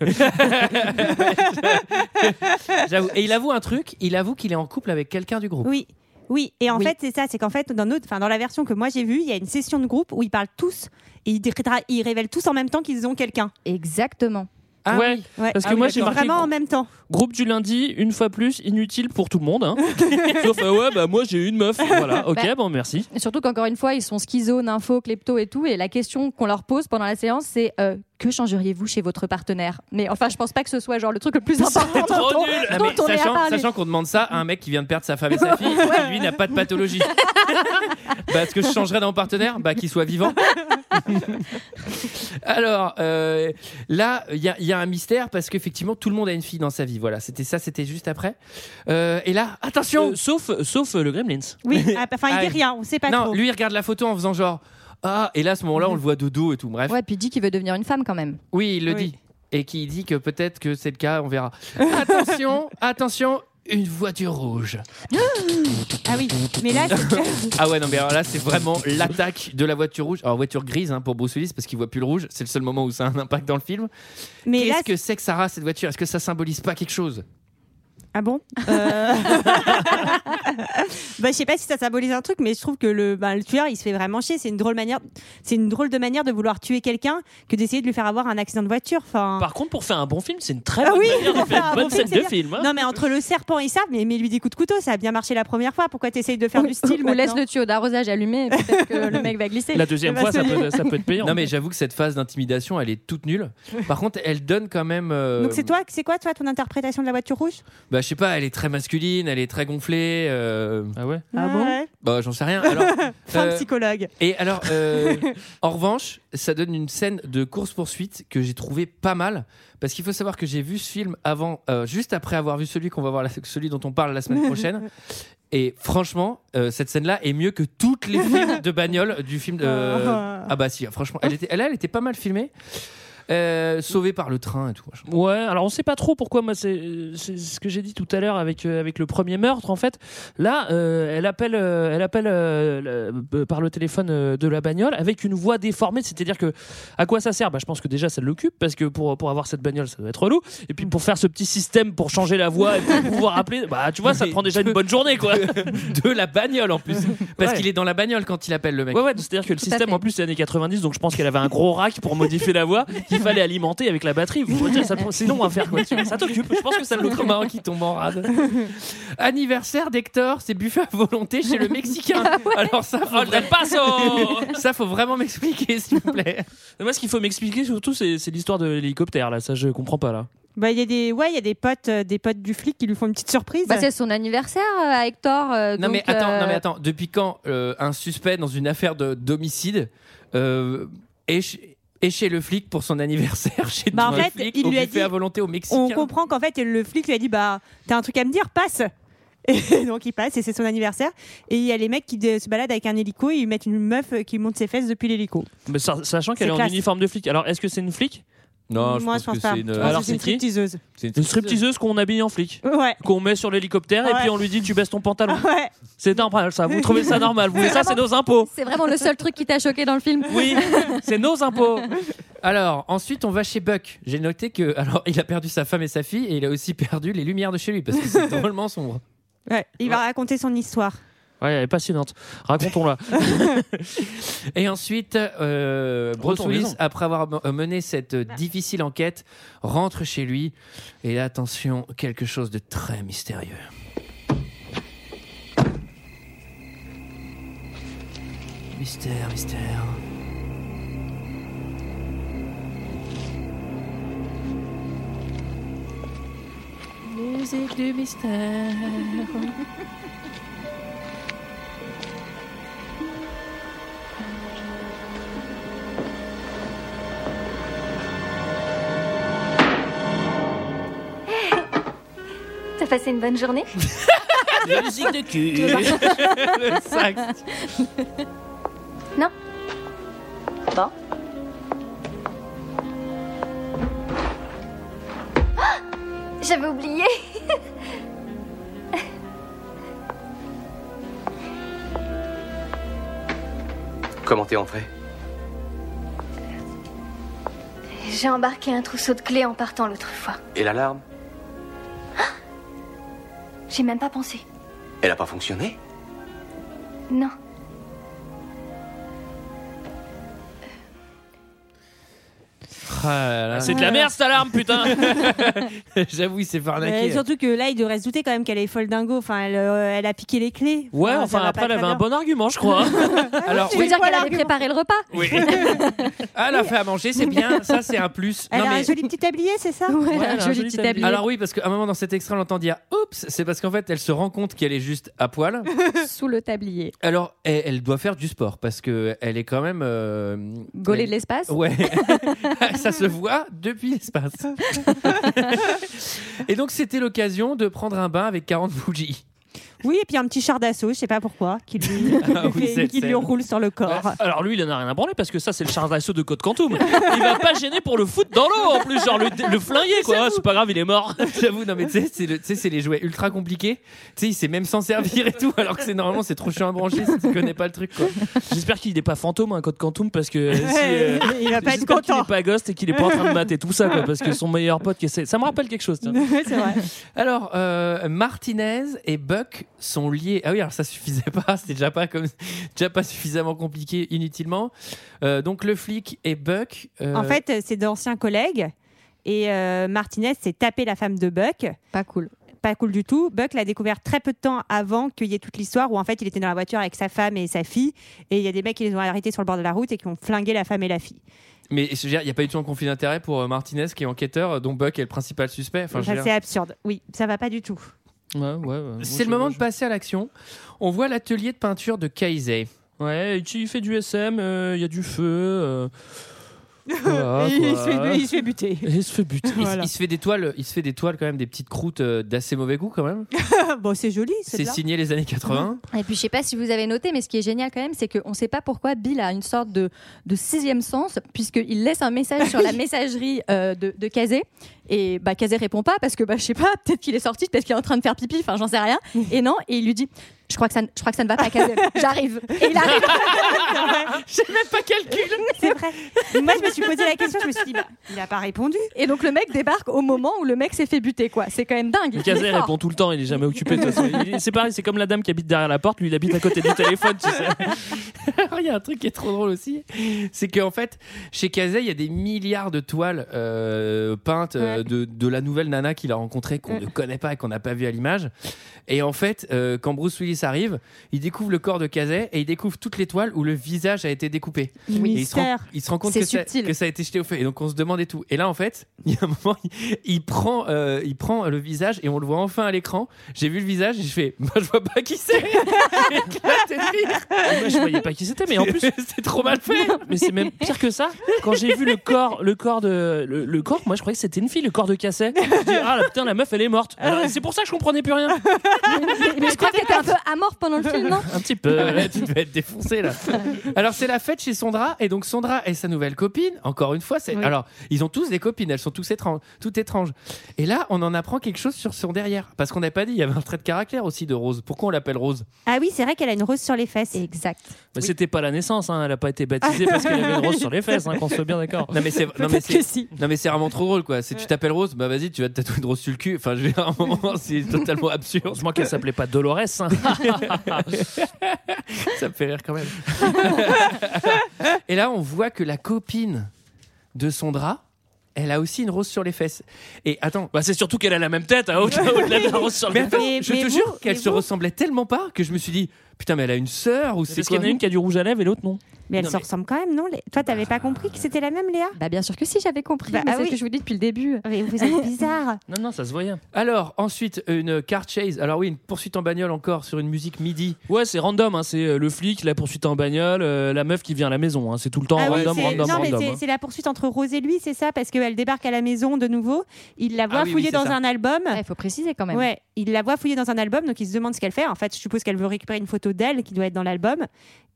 S1: j'avoue. Et il avoue un truc, il avoue qu'il est en couple avec quelqu'un du groupe.
S6: Oui. Oui, et en
S1: Oui.
S6: fait, c'est ça, c'est qu'en fait, dans, notre, enfin, dans la version que moi j'ai vue, il y a une session de groupe où ils parlent tous et ils, dra- ils révèlent tous en même temps qu'ils ont quelqu'un.
S8: exactement.
S1: Ah
S7: ouais.
S1: oui.
S6: Ouais.
S7: Parce que
S1: Ah oui,
S7: moi, j'ai
S1: d'accord.
S7: marqué
S6: Vraiment en même temps.
S7: Groupe du lundi, une fois plus, inutile pour tout le
S1: (laughs)
S7: monde. hein. Sauf, ah ouais, bah moi j'ai eu une meuf. Voilà, ok,
S8: Bah-
S7: bon merci.
S8: Et Surtout qu'encore une fois, ils sont schizo, nympho, klepto et tout. Et la question qu'on leur pose pendant la séance, c'est euh, que changeriez-vous chez votre partenaire Mais enfin, je pense pas que ce soit genre le truc le plus important dont, on-
S1: Ah,
S8: dont
S1: mais
S8: on est à
S1: sachant,
S8: parler.
S1: sachant qu'on demande ça à un mec qui vient de perdre sa femme et
S8: (laughs)
S1: sa fille, qui, lui n'a pas de
S6: (laughs)
S1: pathologie. bah, ce que je changerais dans mon partenaire, bah, qu'il soit vivant. Alors euh, là, il y, a- il y a un mystère parce qu'effectivement, tout le monde a une fille dans sa vie. Voilà, c'était ça, c'était juste après. Euh, et là, attention.
S7: Euh, sauf, sauf euh, le Gremlins.
S6: Oui, ah, enfin, il
S1: Ah,
S6: dit
S1: oui.
S6: rien, on sait pas
S1: non,
S6: trop.
S1: lui il regarde la photo en faisant genre ah. Et là, à ce moment-là, on le voit de dos et tout. Bref,
S8: Ouais, puis il dit qu'il veut devenir une femme quand même.
S1: oui, il le
S6: Oui.
S1: dit. et qui dit que peut-être que c'est le cas, on verra. (laughs) attention, attention, une voiture rouge.
S6: Ah oui, mais là, c'est-
S1: Ah ouais, non, mais alors là, c'est vraiment l'attaque de la voiture rouge. Alors, voiture grise hein, pour Bruce Willis parce qu'il voit plus le rouge. C'est le seul moment où ça a un impact dans le film.
S6: Mais là,
S1: Qu'est-ce que c'est que Sarah, cette voiture Est-ce que ça symbolise pas quelque chose
S6: Ah bon Euh, bah, Je sais pas si ça symbolise un truc, mais je trouve que le, bah, le tueur, il se fait vraiment chier. C'est une drôle manière, c'est une drôle de manière de vouloir tuer quelqu'un que d'essayer de lui faire avoir un accident de voiture. Enfin.
S7: Par contre, pour faire un bon film, c'est une très
S6: Ah
S7: bonne
S6: oui,
S7: manière de faire
S6: un
S7: une bonne
S6: bon
S7: scène de
S6: c'est-à-dire-
S7: film. hein.
S6: Non, mais entre le serpent et ça, mais, mais lui des coups de couteau, ça a bien marché la première fois. Pourquoi t'essayes de faire du
S8: (laughs)
S6: style
S8: Ou laisse
S6: maintenant
S8: le tuyau d'arrosage allumé, et peut-être que le mec va glisser.
S7: La deuxième fois, ça peut, ça peut être payant.
S1: Non, mais j'avoue que cette phase d'intimidation, elle est toute
S6: (laughs)
S1: nulle. Par contre, elle donne quand même. euh,
S6: Donc c'est toi, c'est quoi toi ton interprétation de la voiture rouge
S1: Bah, je sais pas, elle est très masculine, elle est très gonflée. euh,
S7: Ah ouais
S6: Ah bon
S1: Bah, j'en sais rien. Alors,
S6: (laughs) Fin
S1: euh,
S6: psychologue.
S1: Et alors, euh, en revanche, ça donne une scène de course-poursuite que j'ai trouvé pas mal. Parce qu'il faut savoir que j'ai vu ce film avant, euh, juste après avoir vu celui qu'on va voir, la- celui dont on parle la semaine prochaine. Et franchement, euh, cette scène-là est mieux que toutes les films de bagnole du film. De...
S6: Ah.
S1: Ah bah si, franchement, elle était, elle, elle était pas mal filmée. Euh, sauvée par le train et tout. machin.
S7: Ouais, alors on sait pas trop pourquoi. Moi, c'est euh, c'est ce que j'ai dit tout à l'heure avec euh, avec le premier meurtre. En fait, là, euh, elle appelle, euh, elle appelle euh, le- euh, par le téléphone euh, de la bagnole avec une voix déformée. C'est-à-dire que à quoi ça sert Bah, je pense que déjà ça l'occupe parce que pour pour avoir cette bagnole, ça doit être relou. Et puis pour faire ce petit système pour changer la voix et pour pouvoir appeler, bah tu vois, ça te prend déjà une bonne journée, quoi.
S1: (laughs) De la bagnole en plus. Parce
S7: Ouais.
S1: qu'il est dans la bagnole quand il appelle le mec.
S7: Ouais, ouais, c'est-à-dire que le
S8: Tout à
S7: système
S8: fait.
S7: en plus c'est années 90, donc je pense qu'elle avait un gros rack pour modifier la voix qu'il fallait alimenter avec la batterie. Vous voyez, ça, sinon, on va faire quoi tu vois, Ça t'occupe, je pense que ça l'occupe.
S1: L'autre marrant qui tombe en rade. Anniversaire d'Hector, c'est buffet à volonté chez le Mexicain. Alors ça, faut,
S7: Oh, le paso
S1: (laughs) ça, faut vraiment m'expliquer, s'il vous plaît.
S7: Moi, ce qu'il faut m'expliquer surtout, c'est c'est l'histoire de l'hélicoptère, là. Ça, je comprends pas, là.
S6: Bah il y a des, ouais, il y a des potes, euh, des potes du flic qui lui font une petite surprise.
S8: Bah, c'est son anniversaire euh, à Hector. euh,
S1: Non
S8: donc,
S1: mais attends,
S8: euh,
S1: non mais attends. Depuis quand euh, un suspect dans une affaire de d'homicide euh, est, ch- est chez le flic pour son anniversaire chez
S6: Bah, en
S1: le
S6: fait,
S1: flic
S6: il
S1: au
S6: lui a
S1: buffet
S6: dit-
S1: à volonté au Mexicain
S6: on comprend qu'en fait le flic lui a dit bah t'as un truc à me dire passe (laughs) et donc il passe et c'est son anniversaire et il y a les mecs qui de- se baladent avec un hélico et ils mettent une meuf euh, qui monte ses fesses depuis l'hélico
S7: Mais sa- sachant qu'elle
S6: C'est
S7: est, en
S6: classe.
S7: uniforme de flic. Alors, est-ce que c'est une flic
S1: Non, Ah, je
S6: moi
S1: pense, que
S6: pas
S1: c'est une.
S6: Je pense
S7: Alors,
S6: que c'est une
S7: c'est qui
S6: stripteaseuse
S1: c'est
S7: Une stripteaseuse qu'on habille en flic
S6: ouais (laughs)
S7: qu'on met sur l'hélicoptère et
S6: Ouais.
S7: puis on lui dit tu baisses ton pantalon.
S6: ouais
S7: C'est normal ça, vous trouvez ça normal, vous mais ça c'est nos impôts.
S8: C'est vraiment le seul truc qui t'a choqué dans le film.
S7: Oui, c'est nos impôts.
S1: Alors ensuite, on va chez Buck. J'ai noté que (laughs) alors il a perdu sa femme et sa fille et il a aussi perdu les lumières de chez lui parce que (laughs) c'est drôlement sombre.
S6: ouais il va raconter son histoire
S7: Ouais, elle est passionnante. Racontons-la.
S1: Et ensuite, euh, Bruce
S7: Retourne
S1: Willis,
S7: maison.
S1: après avoir me- mené cette
S6: Bah.
S1: euh, difficile enquête, rentre chez lui. Et là, attention, quelque chose de très mystérieux. Mystère, mystère. Musique du mystère.
S10: T'as passé une bonne journée
S7: Musique de cul.
S1: Le sax.
S10: Bon. J'avais oublié.
S9: Comment t'es entré
S10: J'ai embarqué un trousseau de clés en partant l'autre fois.
S9: Et l'alarme
S10: J'ai même pas pensé.
S9: Elle a pas fonctionné
S10: Non.
S1: Ah là là.
S7: C'est de la merde cette alarme putain.
S1: (laughs) J'avoue, il s'est fait
S6: Mais
S1: arnaquer.
S6: Euh, surtout que là il devrait se douter quand même qu'elle est folle dingo enfin elle, euh, elle a piqué les clés
S7: Ouais,
S6: ça
S7: enfin
S6: va
S7: après
S6: pas
S7: elle avait
S6: très
S7: un bon argument
S1: (laughs)
S7: je crois.
S1: Alors,
S8: Tu
S1: oui.
S8: veux dire
S6: quoi,
S8: qu'elle avait
S6: l'argument
S8: préparé le repas
S1: Oui. Ah, elle a fait à manger, c'est bien.
S6: (laughs)
S1: Ça, c'est un plus.
S6: elle
S1: Non,
S6: a un
S1: mais-
S6: joli petit tablier c'est ça
S8: Ouais,
S7: Ouais,
S8: un joli petit tablier.
S1: Alors oui, parce qu'à un moment dans cet extrait, on entend dire « Oups !» C'est parce qu'en fait, elle se rend compte qu'elle est juste à
S6: (laughs)
S1: poil.
S8: Sous le tablier.
S1: Alors, elle, elle doit faire du sport parce que elle est quand même... euh,
S8: Gaulé de
S1: elle-
S8: l'espace.
S1: Ouais, (laughs) ça se voit depuis
S6: (laughs)
S1: l'espace. Et donc, c'était l'occasion de prendre un bain avec 40 bougies.
S6: Oui, et puis un petit char d'assaut, je sais pas pourquoi, qui lui,
S7: (laughs) Ah oui,
S6: fait-
S7: cette
S6: qui lui
S7: scène.
S6: roule sur le corps. (laughs)
S7: Alors lui, il en a rien à branler parce que ça, c'est le char d'assaut de Côte Quantum. Il va pas gêner pour le foutre dans l'eau en plus, genre le, le flinguer quoi. C'est pas grave, il est mort.
S1: (laughs) J'avoue, non mais tu sais, c'est le- tu sais, c'est les jouets ultra compliqués. Tu sais, il sait même s'en servir et tout, alors que c'est normalement c'est trop chiant à brancher si tu connais pas le truc. Quoi.
S7: J'espère qu'il n'est pas fantôme, un Code Quantum, parce que si, euh,
S6: il va pas être
S7: j'espère qu'il
S6: content.
S7: n'est pas ghost et qu'il est pas en train de mater tout ça, quoi, parce que son meilleur pote qui essaie. Ça me rappelle quelque chose. tiens.
S6: (laughs) c'est vrai.
S1: Alors, euh, Martinez et Buck sont (laughs) liés. Ah oui, alors ça suffisait pas, c'était déjà pas comme déjà pas suffisamment compliqué inutilement. Euh, donc le flic et Buck. euh,
S6: En fait, euh, c'est d'anciens collègues. Et euh, Martinez s'est tapé la femme de Buck.
S8: Pas cool.
S6: Pas cool du tout. Buck l'a découvert très peu de temps avant qu'il y ait toute l'histoire où en fait il était dans la voiture avec sa femme et sa fille. Et il y a des mecs qui les ont arrêtés sur le bord de la route et qui ont flingué la femme et la fille.
S1: mais je veux dire, il y a pas du tout un conflit d'intérêt pour euh, Martinez qui est enquêteur, euh, dont Buck est le principal suspect. Enfin, je veux
S6: ça,
S1: dire-
S6: c'est absurde. Oui, ça va pas du tout.
S7: Ouais, ouais, ouais.
S1: C'est le moment de passer à l'action. On voit l'atelier de peinture de (laughs) Oh, Kaizei.
S7: Ouais, il fait du SM, euh, il y a du feu. euh,
S1: Ah,
S7: voilà,
S6: Et il,
S7: quoi.
S6: se fait, il se fait buter.
S7: Et il se fait buter.
S1: oh, Il,
S6: Voilà.
S1: il se fait des toiles, il se fait des toiles quand même, des petites croûtes euh, d'assez mauvais goût quand même.
S6: bon, Ah, bah, c'est joli.
S1: Ah, C'est
S6: là.
S1: signé les années 80.
S8: Et puis je sais pas si vous avez noté, mais ce qui est génial quand même, c'est qu'on ne sait pas pourquoi Bill a une sorte de, de sixième sens, puisqu'il laisse un message (laughs) sur la messagerie euh, de, de Kazé. Et bah Kazé répond pas parce que bah je sais pas, (laughs) peut-être qu'il est sorti, peut-être qu'il est en train de faire pipi, enfin j'en sais (laughs) rien. Et non, et il lui dit, je crois que ça, ne- je crois que ça ne va pas (laughs) Kazé. J'arrive. Et il (laughs) arrive.
S1: J'ai même pas calculé.
S6: C'est vrai. (laughs) Moi, je me suis posé la question. Je me suis dit, bah, il a pas répondu.
S8: Et donc le mec débarque au moment où le mec s'est fait buter quoi. C'est quand même dingue. Il
S7: Le
S8: est
S6: (laughs)
S7: Kazé
S8: fort.
S7: répond tout le temps, il est jamais occupé. de toute façon. Il- C'est pareil, c'est comme la dame qui habite derrière la porte, lui il habite à côté du téléphone, tu sais.
S1: (laughs) Alors, il y a un truc qui est trop drôle aussi, c'est qu'en fait, chez Kazé, il y a des milliards de toiles euh, peintes euh, de, de la nouvelle nana qu'il a rencontrée, qu'on ne connaît pas et qu'on n'a pas vu à l'image. Et en fait, euh, quand Bruce Willis arrive, il découvre le corps de Kazé et il découvre toutes les toiles où le visage a été découpé. Et il, se rend,
S6: Mystère.
S1: il se rend compte
S8: C'est
S1: que ça,
S8: subtil.
S1: que ça a été jeté au feu. Et donc on se demande et tout. Et là, en fait, (laughs) il y a un moment, il, il prend, euh, il prend le visage et on le voit enfin à l'écran. J'ai vu le visage et je fais, bah, je vois pas qui
S8: (laughs)
S1: c'est. Éclaté de rire.
S7: Moi, je voyais pas qui c'était, mais en
S1: (laughs)
S7: plus,
S1: c'est trop mal fait.
S7: Mais c'est même pire que ça. Quand j'ai vu le corps, le corps de, le, le corps, moi je croyais que c'était une fille, le corps de Casset. Je dis, ah la putain, la meuf elle est morte.
S1: Ah
S7: Alors, c'est pour ça que je comprenais plus rien.
S8: Mais je crois qu'il était un peu amorphe pendant le
S7: (laughs)
S8: film, non
S7: Un petit peu.
S1: Ah, là, tu devais être défoncé
S8: (laughs)
S1: là. Alors c'est la fête chez Sondra et donc Sondra et sa nouvelle copine. Encore une fois, c'est
S8: Oui.
S1: alors ils ont tous des copines, elles sont tous étranges, toutes étranges. Et là, on en apprend quelque chose sur son derrière parce qu'on n'a pas dit il y avait un trait de caractère aussi de Rose. Pourquoi on l'appelle Rose
S6: Ah oui, c'est vrai qu'elle a une rose sur les fesses.
S8: Exact.
S7: Mais c'était pas la naissance, hein. elle a pas été baptisée parce qu'elle avait une rose sur les fesses, hein, qu'on soit bien d'accord.
S1: Non mais c'est non, mais
S6: Peut-être
S1: c'est-
S6: que si.
S1: non, mais c'est vraiment trop drôle quoi. Si tu t'appelles Rose, bah vas-y, tu vas te tatouer une rose sur le cul. Enfin, je veux dire, à un moment, c'est totalement absurde.
S7: Heureusement qu'elle s'appelait pas Dolores.
S1: (laughs)
S7: hein.
S1: Ça me fait rire quand même. et là, on voit que la copine de Sondra, elle a aussi une rose sur les fesses. Et attends,
S7: Bah, c'est surtout qu'elle a la même tête, hein, au-delà au-delà de la rose sur
S1: mais
S7: les
S1: attends,
S6: Mais-
S1: je
S6: mais
S1: te
S6: vous-
S1: jure qu'elle
S6: mais
S1: se
S6: vous-
S1: ressemblait tellement pas que je me suis dit putain mais elle a une sœur ou c'est
S7: Parce
S1: quoi
S7: qu'il y en a une qui a du rouge à lèvres et l'autre non.
S6: Mais elle
S1: Non,
S6: se
S1: mais-
S6: ressemble quand même, non les- Toi, t'avais pas compris que c'était la même, Léa
S8: Bah bien sûr que si, j'avais compris.
S6: Bah,
S8: mais
S6: ah
S8: c'est ce
S6: oui.
S8: que je vous dis depuis le début.
S6: Mais vous (laughs) êtes bizarre.
S7: Non, non, ça se voyait.
S1: Alors ensuite une car chase. Alors oui, une poursuite en bagnole encore sur une musique midi.
S7: Ouais, c'est random, hein, c'est euh, le flic, la poursuite en bagnole, euh, la meuf qui vient à la maison. hein, c'est tout le temps
S6: Ah oui,
S7: random,
S6: c'est-
S7: random,
S6: non, mais
S7: random.
S6: c'est-
S7: hein.
S6: c'est la poursuite entre Rose et lui, c'est ça Parce qu'elle débarque à la maison de nouveau. Il la voit
S1: Ah oui, oui,
S6: fouiller
S1: c'est
S6: dans
S1: ça.
S6: un album.
S8: Il faut préciser quand même.
S6: Ah. Ouais, il la voit fouiller dans un album, donc il se demande ce qu'elle fait. En fait, je suppose qu'elle veut récupérer une photo d'elle qui doit être dans l'album.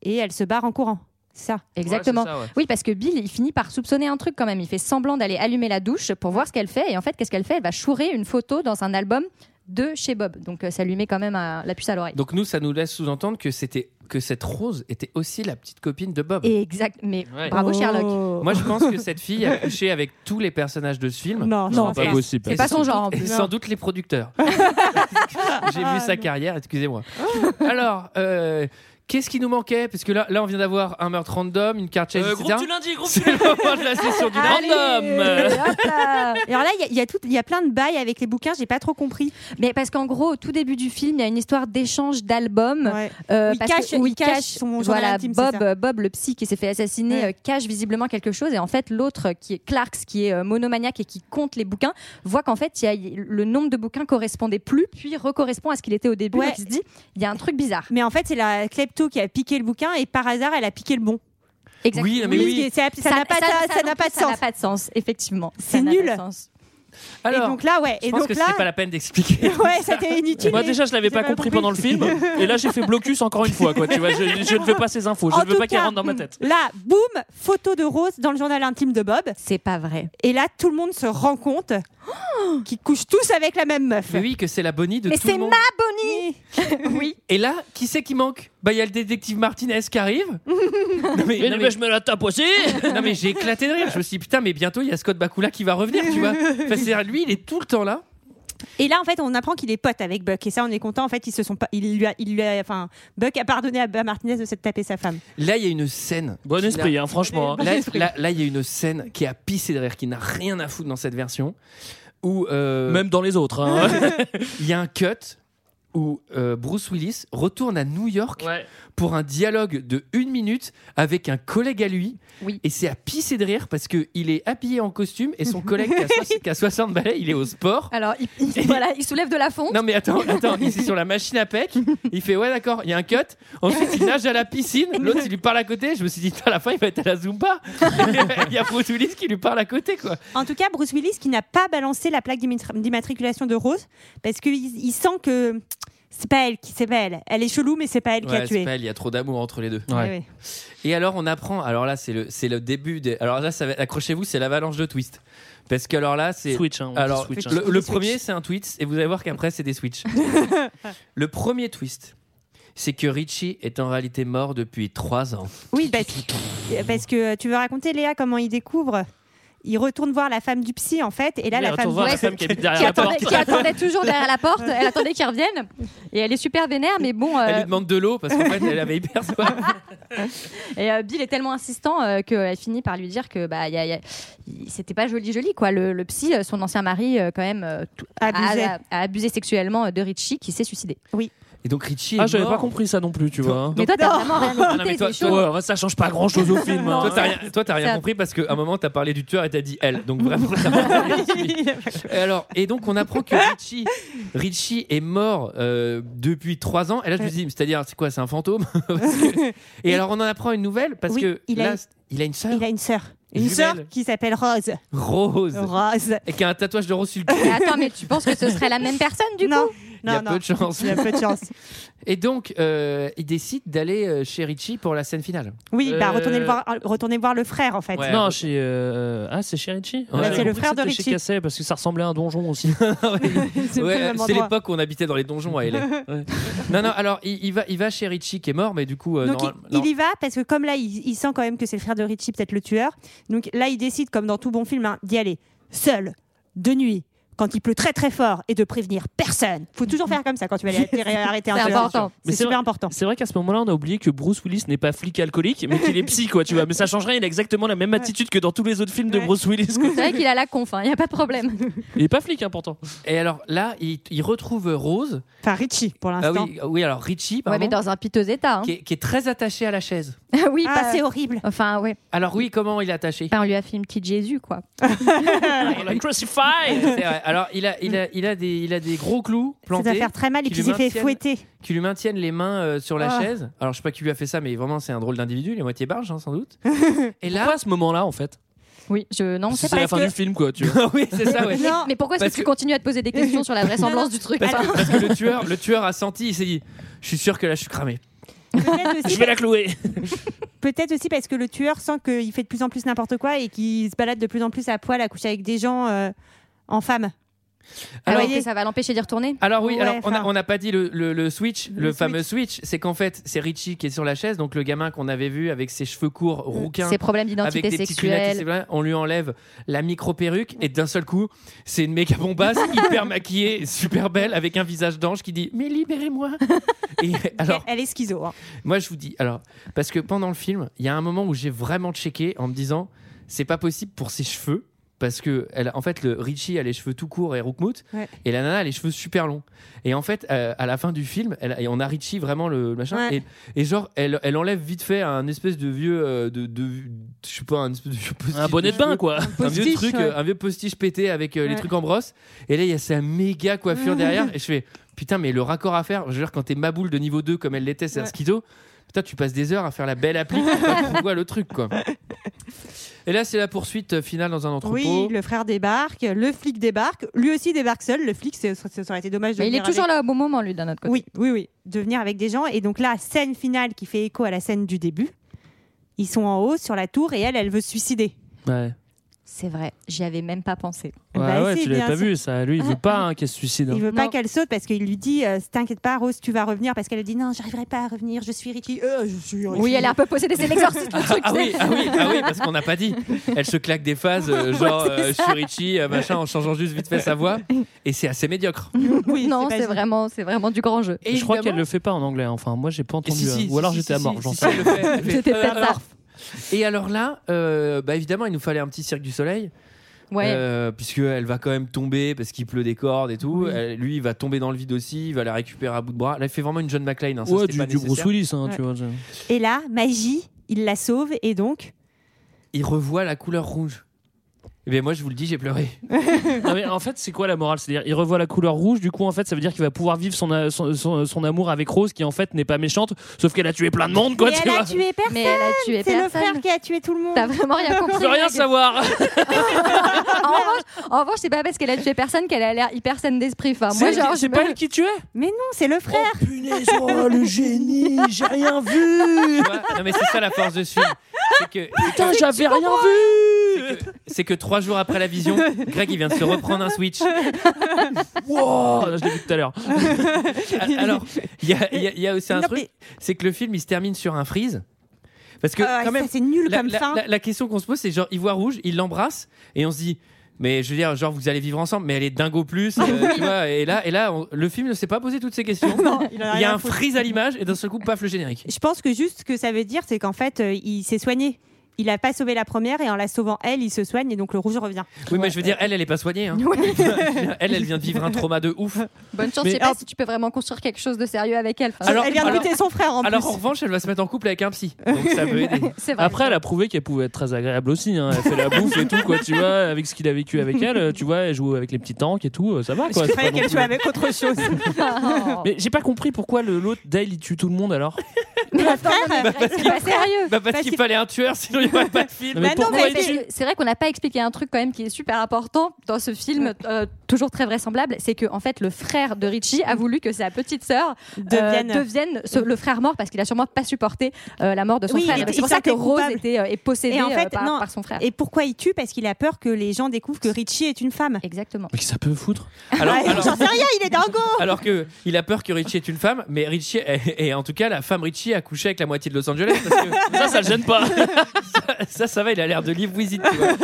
S6: Et elle se barre en courant. C'est ça.
S8: Exactement.
S7: Ouais, c'est ça, ouais.
S8: Oui, parce que Bill, il finit par soupçonner un truc quand même. Il fait semblant d'aller allumer la douche pour voir ce qu'elle fait. Et en fait, qu'est-ce qu'elle fait Elle va chourer une photo dans un album de chez Bob. Donc euh, ça lui met quand même euh, la puce à l'oreille.
S1: Donc nous ça nous laisse sous-entendre que c'était que cette rose était aussi la petite copine de Bob.
S8: Et Exact. Mais
S7: Ouais.
S6: Oh.
S8: bravo Sherlock.
S1: (laughs) Moi je pense que cette fille a couché avec tous les personnages de ce film.
S6: Non, je
S7: Non,
S6: pense
S7: pas
S6: pas.
S7: possible.
S8: C'est pas son genre
S1: (laughs)
S8: en
S1: Et euh,
S8: plus.
S1: sans doute les
S8: (laughs)
S1: producteurs. J'ai vu sa carrière, excusez-moi. Alors, euh, qu'est-ce qui nous manquait Parce que là, là, on vient d'avoir un meurtre random, une carte chase,
S7: Euh, groupe
S1: etc.
S7: du lundi, (laughs) groupe du
S1: C'est le moment de la session du
S8: Allez,
S1: random.
S8: hop là.
S6: Alors là, il y a- il y, a tout- il y a plein de bails avec les bouquins, j'ai pas trop compris.
S8: Mais parce qu'en gros, au tout début du film, il y a une histoire d'échange d'albums.
S6: Ouais.
S8: Euh,
S6: Où il
S8: parce
S6: cache-
S8: que- où
S6: il cache son journal
S8: voilà,
S6: intime, c'est
S8: Bob,
S6: ça
S8: euh, Bob, le psy qui s'est fait assassiner,
S6: Ouais.
S8: euh, cache visiblement quelque chose. Et en fait, l'autre, qui est Clarks, qui est euh, monomaniaque et qui compte les bouquins, voit qu'en fait, il y a- y- le nombre de bouquins correspondait plus, puis recorrespond à ce qu'il était au début.
S6: Ouais.
S8: Donc il se dit, il y a un truc bizarre.
S6: Mais en fait, c'est la klepto qui a piqué le bouquin et par hasard, elle a piqué le bon.
S8: Exactement.
S7: Ah,
S1: Oui, non, mais oui.
S6: c'est- c'est- Ça n'a pas, ça- ça n'a
S8: non
S6: pas
S8: plus,
S6: de
S8: Ça
S6: sens.
S8: n'a pas de sens, effectivement.
S6: C'est
S8: Ça n'a
S6: nul.
S8: pas de sens.
S6: et donc là, ouais.
S7: Je
S6: et
S7: pense
S6: donc
S7: que
S6: là,
S7: c'est pas la peine d'expliquer.
S6: (laughs) ouais, c'était inutile.
S7: Moi
S6: mais
S7: déjà je l'avais
S6: j'ai
S7: pas compris pendant le
S6: (laughs)
S7: film et là j'ai fait blocus encore une fois quoi tu vois je, je ne veux pas ces infos je
S6: En
S7: ne veux
S6: tout
S7: pas qu'elles
S6: cas,
S7: rentrent dans ma
S6: (laughs)
S7: tête.
S6: Là, boum, photo de Rose dans le journal intime de Bob.
S8: C'est pas vrai.
S6: Et là, tout le monde se rend (gasps) compte qu'ils couchent tous avec la même meuf.
S1: (laughs) Mais oui, que c'est la bonnie de
S6: Mais
S1: tout le
S6: c'est
S1: monde.
S8: Bonnie Oui.
S1: Et là, qui c'est qui manque Bah, il y a le détective Martinez qui
S8: (laughs)
S1: arrive. non, mais,
S7: Mais, mais je me la tape aussi
S1: non, mais j'ai éclaté de rire. Je me suis dit, putain, mais bientôt il y a Scott Bakula qui va revenir, tu
S8: (laughs)
S1: vois. Enfin, c'est-à-dire, lui, il est tout le temps là.
S6: Et là, en fait, on apprend qu'il est pote avec Buck. Et ça, on est content. En fait, ils se sont pas. Il lui a, il lui a- enfin, Buck a pardonné à Bob Martinez de s'être tapé sa femme.
S1: Là, il y a une scène.
S7: Bon
S1: qui
S7: esprit
S1: n'a-
S7: hein, franchement. hein.
S1: Là, là, là, il y a une scène qui a pissé derrière, qui n'a rien à foutre dans cette version. Où euh,
S7: Même dans les autres. hein.
S1: il y a un cut où euh, Bruce Willis retourne à New York
S7: (laughs) Ouais.
S1: pour un dialogue de une minute avec un collègue à lui.
S8: Oui.
S1: Et c'est à pisser de rire parce qu'il est habillé en costume et son collègue qui a, soix- qui a 60 balais, il est au sport.
S8: Alors,
S6: (laughs)
S8: il, il- voilà, il soulève de la fonte.
S1: Non mais attends, attends, il est sur la machine à pec, il fait ouais d'accord, il y a un cut, ensuite il nage à la piscine, l'autre il lui parle à côté, je me suis dit putain, à la fin il va être à la Zumba, (laughs) il y a Bruce Willis qui lui parle à côté quoi.
S6: En tout cas, Bruce Willis qui n'a pas balancé la plaque d'immatri- d'immatriculation de Rose parce qu'il il sent que c'est pas elle qui, c'est pas elle. Elle est chelou, mais c'est pas elle qui a
S1: Ouais, c'est
S6: tué. Eh
S1: pas elle, il y a trop d'amour entre les deux.
S6: Ouais, ouais.
S1: Et alors on apprend, alors là c'est le, c'est le début, des... alors là ça va- accrochez-vous c'est l'avalanche de twist. Parce que alors là c'est...
S7: Switch hein, on dit
S1: Alors,
S7: switch, hein.
S1: le, le premier, c'est un tweet, et vous allez voir qu'après, c'est des
S7: (laughs)
S1: switches. le premier twist, c'est que Richie est en réalité mort depuis 3 ans.
S7: Euh.
S6: Oui, parce, parce que euh, tu veux raconter Léa comment il découvre. Il retourne voir la femme du psy en fait, et là
S7: Oui,
S6: la
S7: retourne
S6: femme.
S7: voir la
S8: Ouais,
S7: femme qui habite
S8: qui
S7: derrière la
S8: attendait,
S7: porte.
S1: (laughs)
S8: qui attendait toujours derrière la porte. Elle attendait qu'il revienne. Et elle est super vénère, mais bon. euh,
S1: Elle lui demande de l'eau parce qu'en fait, elle avait hyper soif.
S7: (laughs)
S8: et euh, Bill est tellement insistant euh, qu'elle finit par lui dire que bah, y a- y a- y- c'était pas joli, joli. quoi. Le, le psy, euh, son ancien mari, euh, quand même, euh, tout- a-
S6: Abusait.
S8: A, a abusé sexuellement euh, de Richie qui s'est suicidé.
S1: Et donc, Richie est
S7: Ah j'avais
S1: mort.
S7: pas compris ça non plus tu vois. hein.
S8: mais toi, t'as
S6: Non.
S8: vraiment rien
S1: Ah non,
S8: écouté,
S1: mais toi-
S8: c'est
S1: toi-
S8: chaud.
S7: Ouais, en vrai, ça change pas grand (laughs) chose au film. hein.
S1: Toi, t'as rien, toi, t'as rien
S8: Ça-
S1: compris parce qu'à un moment, t'as parlé du tueur et t'as dit elle. Donc, vraiment. t'as
S7: (laughs)
S1: pas
S6: (laughs)
S1: compris. et, alors, et donc, on apprend que Richie, Richie est mort euh, depuis 3 ans. Et là, je me dis, c'est-à-dire, c'est quoi C'est un fantôme (laughs) Parce que- Et alors, on en apprend une nouvelle parce
S6: Oui,
S1: que
S6: il a
S1: là,
S6: une-
S1: il a une sœur,
S6: Il a une sœur. Une
S1: Jumelle.
S6: sœur qui s'appelle Rose.
S1: Rose.
S6: Rose.
S1: Et qui a un tatouage de rose sur le
S6: (laughs)
S1: cul.
S8: Mais attends, mais tu penses que ce serait la même personne du
S6: non.
S8: coup
S1: Il y a
S6: non, non.
S1: peu de chance.
S6: Il y a peu de chance.
S1: Et donc, euh, il décide d'aller euh, chez Richie pour la scène finale.
S6: Oui, bah,
S7: Euh,
S6: retournez, le voir, retournez voir le frère, en fait.
S1: Ouais.
S7: Non, chez. euh, Ah, c'est chez Richie
S1: Ouais,
S7: J'avais
S1: c'est
S6: le
S7: compris
S6: frère
S7: que
S6: de
S7: c'était chez
S6: Richie.
S7: Cassel, parce que ça ressemblait à un donjon aussi.
S6: (laughs) C'est
S1: Ouais,
S6: pas le même
S1: c'est
S6: endroit.
S1: l'époque où on habitait dans les donjons à (laughs) LA. Non, non, alors il, il va, il va chez Richie qui est mort, mais du coup. euh,
S6: Donc,
S1: normal-
S6: il,
S1: non.
S6: il y va parce que, comme là, il, il sent quand même que c'est le frère de Richie, peut-être le tueur. Donc, là, il décide, comme dans tout bon film, hein, d'y aller seul, de nuit, quand il pleut très très fort et de prévenir personne. Faut toujours faire comme ça quand tu vas
S8: (laughs)
S6: aller attirer- arrêter un
S8: C'est
S6: tueur.
S8: important.
S7: Mais
S6: C'est
S7: c'est
S6: super
S7: vrai.
S6: important.
S7: C'est vrai qu'à ce moment-là, on a oublié que Bruce Willis n'est pas flic alcoolique, mais qu'il est psy, quoi, tu vois. Mais ça change rien, il a exactement la même attitude que dans tous les autres films de
S6: Ouais.
S7: Bruce Willis. quoi.
S8: (laughs) C'est vrai qu'il a la conf, hein, il n'y a pas de problème.
S7: Il est pas flic, hein, pourtant.
S1: Et alors là, il, il retrouve Rose.
S6: Enfin, Richie, pour
S1: Ah
S6: l'instant.
S1: oui, ah oui, alors Richie,
S8: Ouais,
S1: pardon,
S8: mais dans un piteux état. hein.
S1: qui, est, qui est très attaché à la chaise.
S8: oui,
S6: Ah,
S8: pas-
S6: c'est horrible.
S8: Enfin, ouais.
S1: Alors oui, comment il est
S6: Ah.
S1: attaché
S8: Enfin, on lui a fait une petite Jésus, quoi.
S7: On l'a crucifié
S1: (laughs) C'est vrai. Alors il a, il, a, il, a des, il a des gros clous
S6: Ça doit
S1: plantés
S6: faire très mal et
S1: qui
S6: puis il
S1: lui
S6: s'est fait
S1: maintiennent-
S6: fouetter.
S1: qui lui maintiennent les mains euh, sur la
S6: Ah.
S1: chaise. Alors je sais pas qui lui a fait ça, mais vraiment c'est un drôle d'individu, il est moitié barge hein, sans
S6: (laughs)
S1: doute. Et
S7: Pourquoi
S1: là,
S7: à ce moment-là, en fait
S8: Oui, je. Non, on sait pas.
S7: C'est la
S6: parce
S7: fin
S6: que-
S7: du film,
S1: (laughs)
S7: quoi, tu vois.
S1: oui, c'est ça, ouais.
S8: (laughs)
S6: (laughs) Non,
S8: Mais pourquoi est-ce que,
S1: Parce
S8: tu
S1: que-
S8: continues à te poser des questions sur la vraisemblance du truc Ah,
S6: Alors,
S1: Parce que le tueur, le tueur a senti, il s'est dit Je suis sûr que là, je suis cramé.
S6: peut-être aussi
S7: Je vais la clouer
S6: Peut-être aussi parce que le tueur sent qu'il fait de plus en plus n'importe quoi et qu'il se balade de plus en plus à poil à coucher avec des gens euh, en femme.
S8: Alors
S6: voyez.
S8: que ça va l'empêcher d'y retourner.
S1: Alors, oui,
S6: Ouais,
S1: alors on a-
S6: enfin.
S1: on n'a pas dit le, le- le switch, le,
S6: Le
S1: fameux switch, c'est qu'en fait, c'est Richie qui est sur la chaise, donc le gamin qu'on avait vu avec ses cheveux courts,
S6: Euh,
S1: rouquins.
S8: Ses problèmes
S1: Avec des
S8: d'identité
S1: petites lunettes,
S8: sexuelle.
S1: etc., on lui enlève la micro-perruque et d'un seul coup, c'est une méga bombasse (laughs) hyper maquillée, super belle, avec un visage d'ange qui dit Mais libérez-moi Et alors,
S6: Elle est schizo. hein.
S1: Moi, je vous dis, alors, parce que pendant le film, il y a un moment où j'ai vraiment checké en me disant, c'est pas possible pour ses cheveux. Parce que, elle, en fait, le Richie a les cheveux tout courts et roukmout,
S6: Ouais.
S1: et la nana a les cheveux super longs. Et en fait, euh, à la fin du film, elle, et on a Richie vraiment le, le machin,
S6: Ouais.
S1: et, et genre, elle, elle enlève vite fait un espèce de vieux, euh, de, de- je sais pas, un espèce de vieux postiche
S7: Un bonnet de bain, quoi
S1: un vieux
S6: Postiche,
S1: truc,
S6: ouais.
S1: euh, un vieux postiche pété avec euh, les
S6: Ouais.
S1: trucs en brosse. Et là, il y a sa méga coiffure derrière. Et je fais, putain, mais le raccord à faire, je veux dire, quand t'es ma boule de niveau 2 comme elle l'était, c'est un
S6: Ouais.
S1: skido. Putain, tu passes des heures à faire la belle appli. tu vois le truc, quoi. Et là, c'est la poursuite euh, finale dans un entrepôt.
S6: Oui, le frère débarque, le flic débarque, lui aussi débarque seul. Le flic, c'est- ça aurait été dommage de.
S8: Mais il est
S6: venir
S8: toujours
S6: avec-
S8: là au bon moment, lui, d'un autre côté.
S6: Oui, oui, oui, de venir avec des gens. Et donc là, scène finale qui fait écho à la scène du début. Ils sont en haut sur la tour et elle, elle veut se suicider.
S7: Ouais.
S8: C'est vrai, j'y avais même pas pensé.
S7: Ouais,
S6: Bah,
S7: ouais,
S6: si,
S7: tu l'avais
S6: bien
S7: pas
S6: sûr.
S7: vu, ça. Lui, il veut pas hein, qu'elle se suicide. hein.
S6: Il veut pas
S8: Non.
S6: qu'elle saute parce qu'il lui dit euh, T'inquiète pas, Rose, tu vas revenir. Parce qu'elle lui dit Non, j'arriverai pas à revenir, je suis Ricky. Euh, je suis Ricky.
S8: Oui, elle est un peu possédée, c'est l'exorciste, le truc.
S1: Ah oui,
S8: c'est-
S1: ah
S8: (laughs)
S1: oui, ah oui, parce qu'on n'a pas dit. Elle se claque des phases, euh, genre
S8: Ouais, c'est
S1: euh, Shurichi, euh, machin, en changeant juste vite fait sa voix. Et c'est assez médiocre.
S6: Oui,
S8: Non,
S6: pas
S8: c'est
S6: juste.
S8: vraiment, c'est vraiment du grand jeu.
S1: Et
S7: je crois qu'elle
S1: évidemment-
S7: le fait pas en anglais. Enfin, moi, j'ai pas
S1: Et
S7: entendu.
S1: si,
S7: hein.
S1: si,
S7: Ou alors
S1: si,
S7: j'étais
S1: si,
S7: à
S1: si,
S7: mort,
S1: si,
S7: j'en
S1: si,
S7: sais
S1: elle le fait, elle le fait.
S8: C'était
S1: Euh,
S8: peut-être ça.
S1: alors- Et alors là, euh, bah évidemment, il nous fallait un petit cirque du soleil,
S8: Ouais.
S1: euh, puisqu'elle va quand même tomber parce qu'il pleut des cordes et tout. Elle- lui, il va tomber dans le vide aussi, il va la récupérer à bout de bras. Là, il fait vraiment une John McClane. hein, ça,
S7: Ouais,
S1: c'était
S7: du,
S1: pas
S7: du Bruce
S1: nécessaire.
S7: Willis, hein,
S6: Ouais.
S7: tu vois. je-
S6: Et là, magie, il la sauve et donc.
S1: Il revoit la couleur rouge. Et bien moi, je vous le dis, j'ai
S6: (laughs)
S1: pleuré.
S7: Non, mais en fait, c'est quoi la morale C'est-à-dire, il revoit la couleur rouge, du coup, en fait, ça veut dire qu'il va pouvoir vivre son, a- son, son- son amour avec Rose, qui en fait n'est pas méchante, sauf qu'elle a tué plein de monde, quoi,
S6: Mais
S7: tu
S6: elle a
S7: vois.
S6: tué personne
S8: Mais elle a tué
S6: C'est le
S8: personne.
S6: frère qui a tué tout le monde.
S8: T'as vraiment rien
S7: Je
S8: compris.
S7: veux rien
S8: mec.
S7: savoir.
S8: en revanche, en revanche, c'est pas parce qu'elle a tué personne qu'elle a l'air hyper saine d'esprit. Enfin, moi,
S7: C'est-
S8: genre, je
S7: c'est
S8: me-
S7: pas elle qui tuait
S6: Mais non, c'est le frère.
S7: Punaise, oh, le génie, j'ai rien vu.
S1: Tu vois non, mais c'est ça la force de ce film. C'est que-
S7: Putain, j'avais rien vu.
S1: C'est que trois jours après la vision, Greg il vient de se reprendre un Switch.
S7: Wow, Oh, là, je l'ai vu tout à l'heure.
S1: A- Ah, Alors, il y a, il y a- il y a aussi un
S6: Non,
S1: truc,
S6: mais-
S1: c'est que le film il se termine sur un freeze. Parce que
S6: Ah,
S1: quand même,
S6: ça, c'est nul
S1: la,
S6: comme
S1: la-
S6: fin.
S1: la- la question qu'on se pose, c'est genre, il voit rouge, il l'embrasse, et on se dit, mais je veux dire, genre, vous allez vivre ensemble, mais elle est dingo plus, euh,
S6: (laughs)
S1: tu vois, et là, et là on- le film ne s'est pas posé toutes ces questions.
S6: il en
S1: il y
S6: rien
S1: a
S6: à
S1: un
S6: foutre.
S1: freeze à l'image, et d'un seul coup, paf, le générique.
S6: Je pense que juste ce que ça veut dire, c'est qu'en fait, euh, il s'est soigné. Il a pas sauvé la première et en la sauvant elle, il se soigne et donc le rouge revient.
S1: Oui, mais je veux dire, elle, elle est pas soignée. hein. elle, elle vient de vivre un trauma de ouf.
S8: Bonne chance,
S1: Mais-
S8: je sais pas si tu peux vraiment construire quelque chose de sérieux avec elle. Enfin,
S1: Alors-
S6: elle vient de
S1: alors-
S6: buter son frère en
S1: Alors, en
S6: plus.
S1: revanche, elle va se mettre en couple avec un psy. Donc, (laughs) ça peut aider.
S8: c'est vrai.
S7: Après, elle a prouvé qu'elle pouvait être très agréable aussi. hein. Elle fait la bouffe et tout, quoi, tu vois, avec ce qu'il a vécu avec elle. euh, Tu vois, elle joue avec les petits tanks et tout, euh, ça va, quoi.
S6: Il
S7: C'est pas
S6: fallait
S7: non
S6: qu'elle
S7: plus-
S6: joue avec autre chose.
S8: (laughs) Oh.
S7: Mais j'ai pas compris pourquoi le- l'autre, Dale, il tue tout le monde alors.
S8: Mais attends, non, mais
S1: parce
S8: c'est
S1: qu'il-
S8: pas sérieux.
S1: Bah, parce,
S6: Parce
S1: qu'il
S6: qu'il-
S1: fallait un tueur, sinon il n'y aurait pas de film.
S7: Non, mais
S6: Bah non,
S7: pourquoi
S6: (laughs) mais
S7: il
S8: Parce
S7: tue
S8: que C'est vrai qu'on n'a pas expliqué un truc quand même qui est super important dans ce film, euh, toujours très vraisemblable, c'est que en fait le frère de Richie a voulu que sa petite sœur euh,
S6: Mm. Devienne-
S8: devienne ce- le frère mort parce qu'il a sûrement pas supporté euh, la mort de son
S6: Oui,
S8: frère.
S6: il
S8: Et
S6: était-
S8: C'est pour
S6: il
S8: ça que
S6: sentait
S8: Rose
S6: coupable.
S8: était euh, est possédée
S6: Et en
S8: euh,
S6: fait,
S8: par,
S6: non.
S8: par son frère.
S6: Et pourquoi il tue Parce qu'il a peur que les gens découvrent que Richie est une femme.
S8: Exactement.
S7: (laughs) Mais que ça peut foutre
S1: Alors,
S6: Ouais,
S1: alors,
S6: (laughs) J'en sais rien, il est dingo.
S1: alors que il a peur que Richie est une femme, mais Richie, est, et en tout cas, la femme Richie a couché avec la moitié de Los Angeles. Parce que
S7: (laughs) Ça, ça le gêne pas.
S1: (laughs) ça, ça va, il a l'air de live with it, tu vois.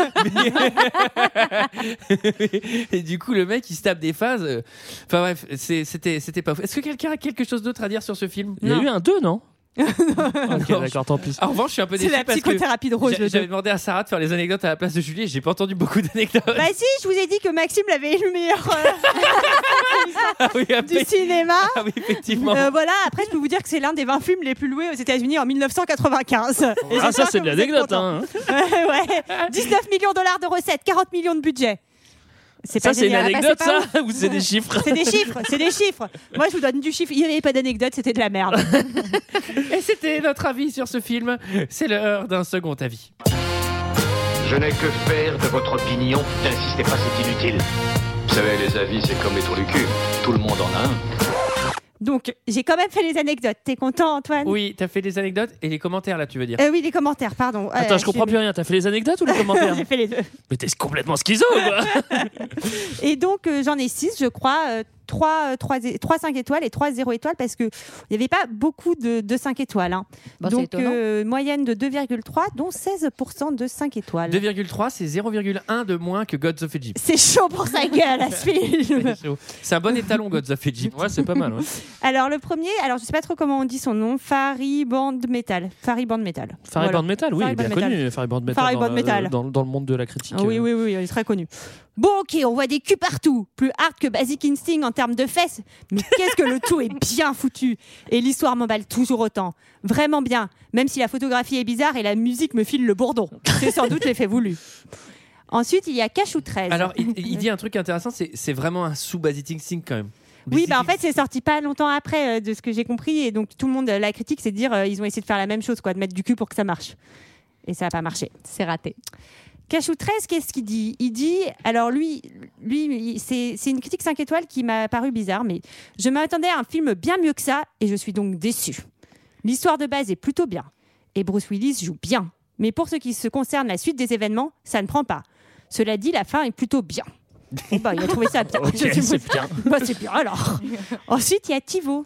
S1: Mais- et du coup, le mec, il se tape des phases. euh, Enfin bref, c'est- c'était c'était pas fou. Est-ce que quelqu'un a quelque chose d'autre à dire sur ce film
S7: Il y a eu un 2, non Ok,
S1: Non.
S7: d'accord, tant pis.
S1: En revanche, je suis un peu
S6: C'est
S1: déçu
S6: la
S1: parce que
S6: psychothérapie de Rose.
S1: j'a-
S6: le
S1: j'avais
S6: deux.
S1: demandé à Sarah de faire les anecdotes à la place de Julie et j'ai pas entendu beaucoup d'anecdotes.
S6: (laughs) Bah si, je vous ai dit que Maxime l'avait élu meilleur
S1: (laughs)
S6: euh,
S1: Ah oui, ah,
S6: du cinéma.
S1: ah oui,
S6: (laughs)
S1: effectivement.
S6: Euh, voilà, après je peux vous dire que c'est l'un des 20 films les plus loués aux États-Unis en 1995. Et
S7: Ah, ça,
S6: j'espère
S7: c'est
S6: que vous
S7: de
S6: êtes
S7: l'anecdote.
S6: contents.
S7: Hein.
S6: (laughs) ouais, 19 millions de dollars de recettes, 40 millions de budget. C'est
S7: Ça,
S6: pas
S7: c'est une
S1: Ah,
S6: génial. hein.
S7: anecdote,
S8: c'est pas
S7: ça Ou c'est des chiffres
S6: C'est des chiffres, c'est des chiffres. Moi, je vous donne du chiffre. Il n'y avait pas d'anecdote, c'était de la merde.
S1: (laughs) Et c'était notre avis sur ce film. C'est l'heure d'un second avis.
S11: Je n'ai que faire de votre opinion. N'insistez pas, c'est inutile.
S5: Vous savez, les avis, c'est comme les trous du cul. Tout le monde en a un.
S6: Donc, j'ai quand même fait les anecdotes. T'es content, Antoine
S1: Oui, t'as fait des anecdotes et les commentaires là, tu veux dire.
S6: Euh, oui, les commentaires, pardon. Euh,
S7: Attends, je comprends plus rien. T'as fait les anecdotes ou
S6: (laughs)
S7: les commentaires
S6: J'ai fait les deux.
S7: Mais t'es complètement schizo, quoi
S6: Et donc, euh, j'en ai 6, je crois. euh, 3, 5 étoiles et 3 0 étoiles parce qu'il n'y avait pas beaucoup de, 5 étoiles. hein.
S8: Bah, c'est
S6: donc,
S8: étonnant.
S6: euh, moyenne de 2,3, dont 16% de 5 étoiles.
S1: 2,3, c'est 0,1 de moins que Gods of Egypt.
S6: C'est chaud pour sa gueule, à ce film.
S1: C'est chaud. C'est un bon étalon, Gods of
S6: (laughs)
S1: Egypt.
S7: Ouais, c'est pas mal. ouais.
S6: Alors, le premier, alors je sais pas trop comment on dit son nom, Fariband Metal. Fariband Metal.
S7: Fariband
S6: Voilà.
S7: Metal, oui, il est
S6: Fariband
S7: bien
S6: Metal.
S7: connu. Fariband Metal,
S6: Fariband
S7: dans, la-
S6: Metal.
S7: Dans, dans le monde de la critique.
S6: Ah oui,
S7: euh.
S6: oui, oui, il est très connu. Bon, ok, on voit des culs partout. Plus hard que Basic Instinct en termes de fesses. Mais (laughs) qu'est-ce que le tout est bien foutu. Et l'histoire m'emballe toujours autant. Vraiment bien. Même si la photographie est bizarre et la musique me file le bourdon. C'est sans doute l'effet voulu. Ensuite, il y a Cash ou 13.
S1: Alors, il, il
S6: (laughs)
S1: dit un truc intéressant, c'est c'est vraiment un sous-basiting sync quand même.
S6: oui, bah en fait, c'est sorti pas longtemps après euh, de ce que j'ai compris. Et donc, tout le monde, euh, la critique, c'est de dire euh, ils ont essayé de faire la même chose, quoi, de mettre du cul pour que ça marche. Et ça n'a pas marché.
S8: C'est raté.
S6: Cachoutresse, qu'est-ce qu'il dit Il dit, alors lui, lui il- c'est c'est une critique 5 étoiles qui m'a paru bizarre, mais je m'attendais à un film bien mieux que ça et je suis donc déçu. L'histoire de base est plutôt bien et Bruce Willis joue bien, mais pour ce qui se concerne la suite des événements, ça ne prend pas. Cela dit, la fin est plutôt bien. Bon, bah, il a trouvé ça bien.
S7: (laughs)
S6: (laughs)
S7: Ok,
S6: Je suppose.
S7: c'est bien.
S6: Bah, c'est bien alors. (laughs) Ensuite, il y a Thibaut.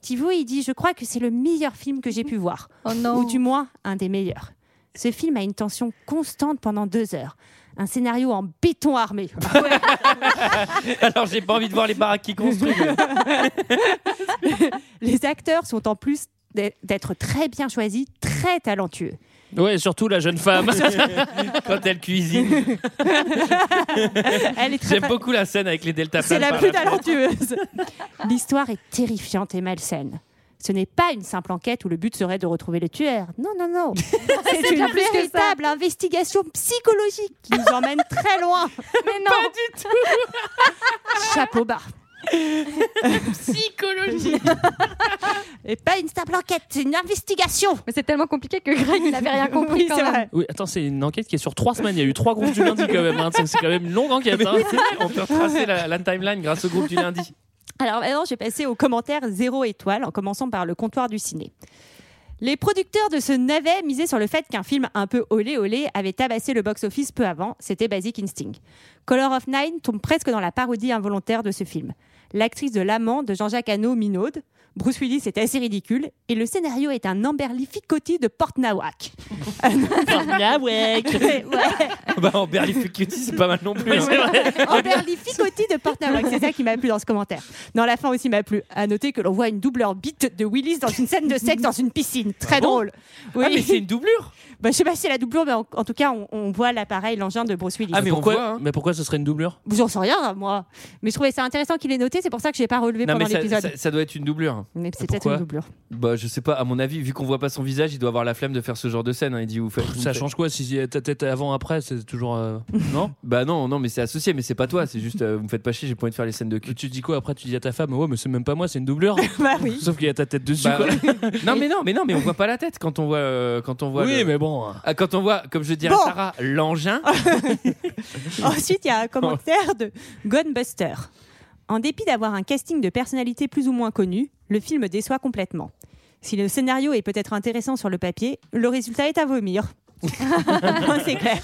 S6: Thibaut, il dit Je crois que c'est le meilleur film que j'ai pu voir. Ou (laughs) du moins, un des meilleurs. Ce film a une tension constante pendant deux heures. Un scénario en béton armé.
S1: Alors j'ai pas envie de voir les baraques qui construisent.
S6: Les acteurs sont en plus d'être- d'être très bien choisis, très talentueux.
S7: Ouais, surtout la jeune femme
S1: quand elle cuisine.
S6: Elle est très
S1: J'aime beaucoup la scène avec les delta
S6: C'est la
S1: par
S6: plus
S1: la fenêtre.
S6: talentueuse. (laughs) L'histoire est terrifiante et malsaine. Ce n'est pas une simple enquête où le but serait de retrouver le tueur. Non, non, non. C'est une
S10: bien plus que ça.
S6: véritable investigation psychologique qui nous emmène très loin.
S10: Mais non Pas du tout
S6: Chapeau bas.
S10: Psychologie
S6: (laughs) Et pas une simple enquête, c'est une investigation.
S8: Mais c'est tellement compliqué que Greg n'avait rien compris.
S6: (laughs) Oui,
S8: quand
S6: c'est
S8: même.
S6: vrai.
S7: Oui, attends, c'est une enquête qui est sur trois semaines. Il y a eu trois groupes du lundi quand même. hein. C'est- C'est quand même une longue enquête. hein. On peut retracer la, la timeline grâce au groupe du lundi.
S6: Alors maintenant, je vais passer aux commentaires zéro étoile, en commençant par le comptoir du ciné. Les producteurs de ce navet misaient sur le fait qu'un film un peu olé olé avait tabassé le box-office peu avant, c'était Basic Instinct. Color of Nine tombe presque dans la parodie involontaire de ce film. L'actrice de l'amant de Jean-Jacques Hano, Minaude, Bruce Willis est assez ridicule et le scénario est un Amberly Ficotti de Port Nawak. (laughs) Ouais, ouais.
S1: bah, en Berly Fucuti, c'est pas mal non plus. hein.
S6: Amberly Ficotti de Port Nawak, c'est ça qui m'a plu dans ce commentaire. Non, la fin aussi m'a plu. À noter que l'on voit une doubleur bite de Willis dans une scène de sexe dans une piscine. Très
S1: Ah bon
S6: drôle. Oui.
S1: Ah, mais c'est une doublure.
S6: (laughs) Bah, je sais pas si c'est la doublure, mais en, en tout cas, on, on voit l'appareil, l'engin de Bruce Willis.
S1: Ah, mais on
S7: pourquoi,
S1: voit, hein.
S7: mais pourquoi ce serait une doublure
S6: J'en sais rien, moi. Mais je trouvais ça intéressant qu'il ait noté, c'est pour ça que j'ai pas relevé
S1: Non, mais
S6: pendant
S1: ça,
S6: l'épisode.
S1: ça- ça doit être une doublure.
S6: Mais c'est peut-être
S1: Pourquoi (laughs)
S6: une doublure.
S1: Bah, je sais pas, à mon avis, vu qu'on voit pas son visage, il doit avoir la flemme de faire ce genre de scène. hein. Il dit, vous faites. vous
S7: Ça
S1: faites-
S7: change quoi si y a ta tête avant après C'est toujours euh, non
S1: Bah, non, non, mais c'est associé, mais c'est pas toi, c'est juste, euh, vous me faites pas chier, j'ai pas envie de faire les scènes de cul.
S7: Tu dis quoi après Tu dis à ta femme ouais mais c'est même pas moi, c'est
S1: (laughs)
S7: une doublure.
S6: Bah oui.
S7: Sauf qu'il y a ta tête dessus.
S1: Bah,
S7: quoi.
S1: (laughs) non, mais non, mais non, mais on voit pas la tête quand on voit. euh, quand on voit
S7: oui
S1: le-
S7: mais bon.
S1: Ah, quand on voit, comme je dis à
S6: Bon.
S1: Sarah, l'engin. (laughs)
S6: Ensuite, il y a un commentaire de Gunbuster. En dépit d'avoir un casting de personnalités plus ou moins connues, le film déçoit complètement. Si le scénario est peut-être intéressant sur le papier, le résultat est à vomir. c'est clair.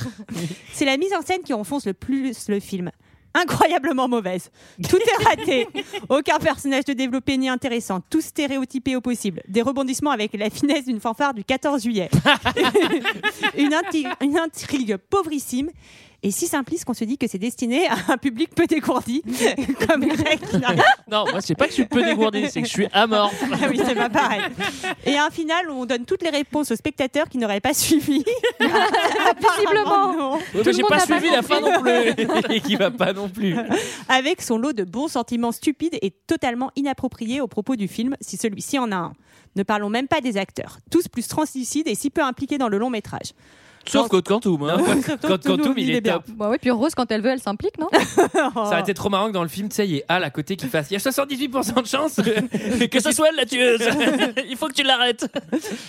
S6: C'est la mise en scène qui enfonce le plus le film. Incroyablement mauvaise. Tout est raté. Aucun personnage de développé ni intéressant. Tout stéréotypé au possible. Des rebondissements avec la finesse d'une fanfare du 14 juillet. une, inti- une intrigue pauvrissime et si simpliste qu'on se dit que c'est destiné à un public peu dégourdi, comme Greg.
S7: Non, moi c'est pas que je suis peu dégourdi, c'est que je suis à mort.
S6: Ah oui, c'est pas pareil. Et à un final, on donne toutes les réponses aux spectateurs qui n'auraient pas suivi. Apparemment, non.
S7: Ouais,
S8: Tout
S7: mais
S8: le
S7: j'ai
S8: monde
S7: pas
S8: n'a
S7: suivi la fin non plus.
S1: et qui va pas non plus.
S6: Avec son lot de bons sentiments stupides et totalement inappropriés au propos du film, si celui-ci en a un. Ne parlons même pas des acteurs, tous plus translucides et si peu impliqués dans le long métrage.
S7: Sauf Code Quantum. hein.
S1: Quand Quantum, il est top.
S8: Bah oui, puis Rose, quand elle veut, elle s'implique, non
S1: Ça aurait été trop marrant que dans le film, tu sais, il y ait Al à côté qui fasse. Il y a 78% de chance
S7: Que (laughs) ce soit elle la tueuse. Il faut que tu l'arrêtes.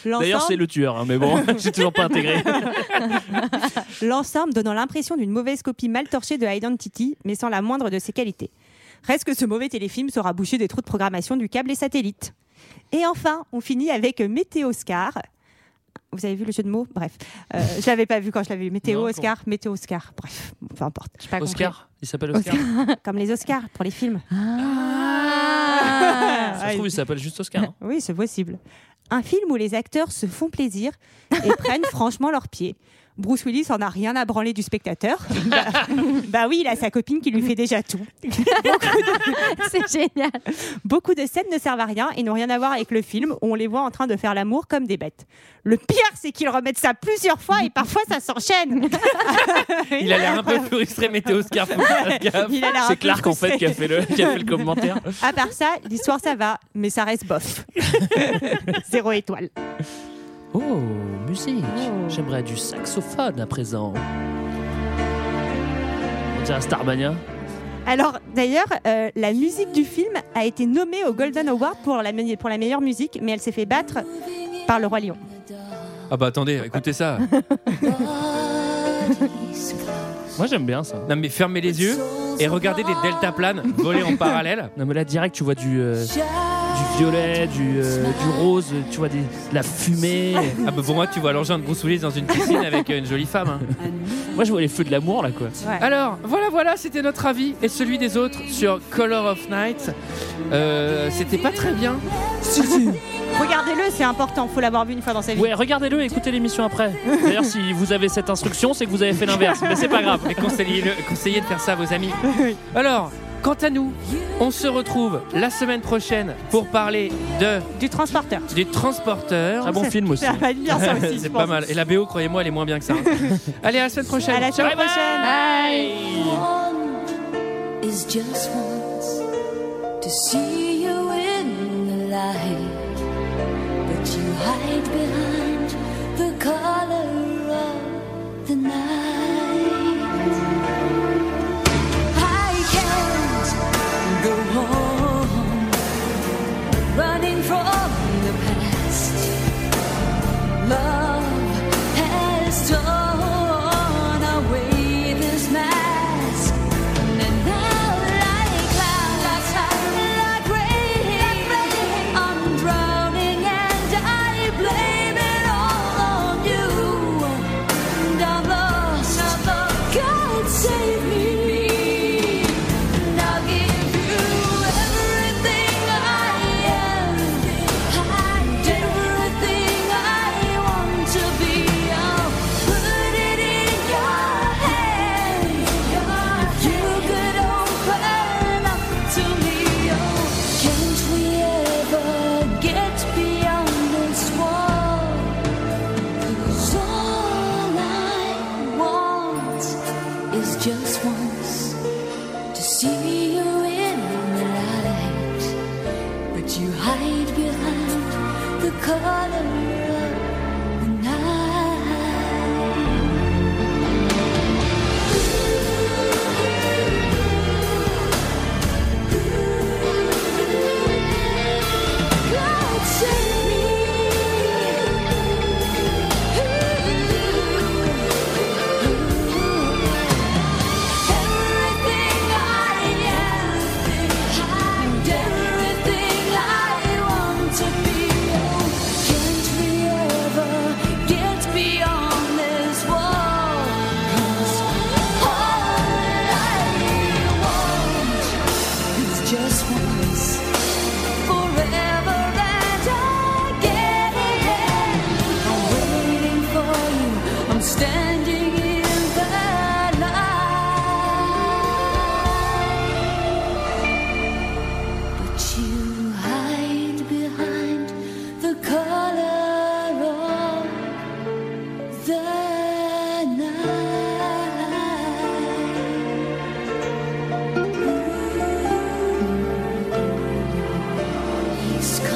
S6: Oh,
S7: D'ailleurs c'est le tueur, hein, mais (laughs) bon, j'ai toujours pas intégré.
S6: L'ensemble donnant l'impression d'une mauvaise copie mal torchée de Identity, mais sans la moindre de ses qualités. Reste que ce mauvais téléfilm sera bouché des trous de programmation du câble et satellite. Et enfin, on finit avec Météoscar. Vous avez vu le jeu de mots Bref. Euh, je l'avais pas vu quand je l'avais vu. Météo,
S7: Non,
S6: Oscar, Météo, Oscar. Bref, bon, peu importe. J'ai pas compris.
S7: Oscar, il s'appelle Oscar.
S6: Comme les Oscars pour les films.
S8: Ah.
S7: Ah,
S6: (laughs) Ah,
S7: Ça se trouve, il s'appelle juste Oscar. hein.
S6: Oui, c'est possible. Un film où les acteurs se font plaisir et (laughs) prennent franchement leurs pieds. Bruce Willis en a rien à branler
S1: (laughs)
S6: du spectateur. bah, bah oui, il a sa copine qui lui fait déjà tout.
S8: (laughs) C'est génial.
S6: Beaucoup de scènes ne servent à rien et n'ont rien à voir avec le film où on les voit en train de faire l'amour comme des bêtes. Le pire, c'est qu'ils remettent ça plusieurs fois et parfois ça s'enchaîne.
S1: (laughs) Il a l'air un peu frustré, météo Oscar. faut faire gaffe.
S6: Il a l'air un
S7: C'est
S6: peu
S7: Clark en fait
S6: frustré.
S7: qui a fait le, qui (laughs) a fait le commentaire.
S6: À part ça, l'histoire ça va, mais ça
S1: (laughs)
S6: reste bof. Zéro étoile.
S7: Oh, musique.
S6: Oh.
S7: J'aimerais du saxophone à présent. On dirait un Starmania.
S6: Alors, d'ailleurs, euh, la musique du film a été nommée au Golden Award pour la, me- pour la meilleure musique, mais elle s'est fait battre par le Roi Lion.
S1: Ah bah attendez, écoutez ça.
S12: Moi j'aime bien ça.
S1: Non mais fermez les yeux et regardez des deltaplanes voler en parallèle.
S12: Non mais là direct tu vois du euh, du violet, du, euh, du rose, tu vois des, de la
S7: (laughs)
S12: fumée.
S1: Ah bah pour moi tu vois l'engin de Bruce Willis dans une piscine avec euh, une jolie femme. hein.
S12: Moi je vois les feux de l'amour là quoi.
S6: Ouais.
S1: Alors voilà voilà c'était notre avis et celui des autres sur Color of Night. Euh, c'était pas très bien.
S6: Regardez-le, c'est important. Faut l'avoir vu une fois dans sa vie.
S12: Ouais regardez-le et écoutez l'émission après. D'ailleurs si vous avez cette instruction c'est que vous avez fait l'inverse mais c'est pas grave.
S1: Et conseillez-le- conseillez, de faire ça à vos (laughs) amis. Alors quant à nous, on se retrouve la semaine prochaine pour parler de
S6: Du transporteur.
S1: du transporteur.
S12: Très bon film aussi.
S6: Ça va être
S7: (laughs)
S6: bien (laughs) ça aussi. je
S1: C'est
S6: pense.
S1: pas mal. Et la BO, croyez-moi, elle est moins bien que ça.
S12: hein.
S1: Allez, à la semaine prochaine.
S6: À la semaine
S1: Ciao. Bye bye.
S6: prochaine.
S7: is just once to see you in the light, but you hide behind the color of the night. I can't go on running from the past. Love has torn away this mask. And now, like clouds, like rain, I'm drowning, and I blame it all on you. And I'm lost. God save me. And I'll give you everything I am, everything I want to be. I'll put it in your hands. You could open up to me. Oh, can't we ever get beyond this wall? 'Cause all I want is just once to see you in the light, but you hide behind the color of the night. God save me. Everything I am, and everything I want to be. Can't we ever get beyond this wall? 'Cause all I want is just once, forever and again. I'm waiting for you. I'm standing in the light. But you hide behind the color of the night. He's coming.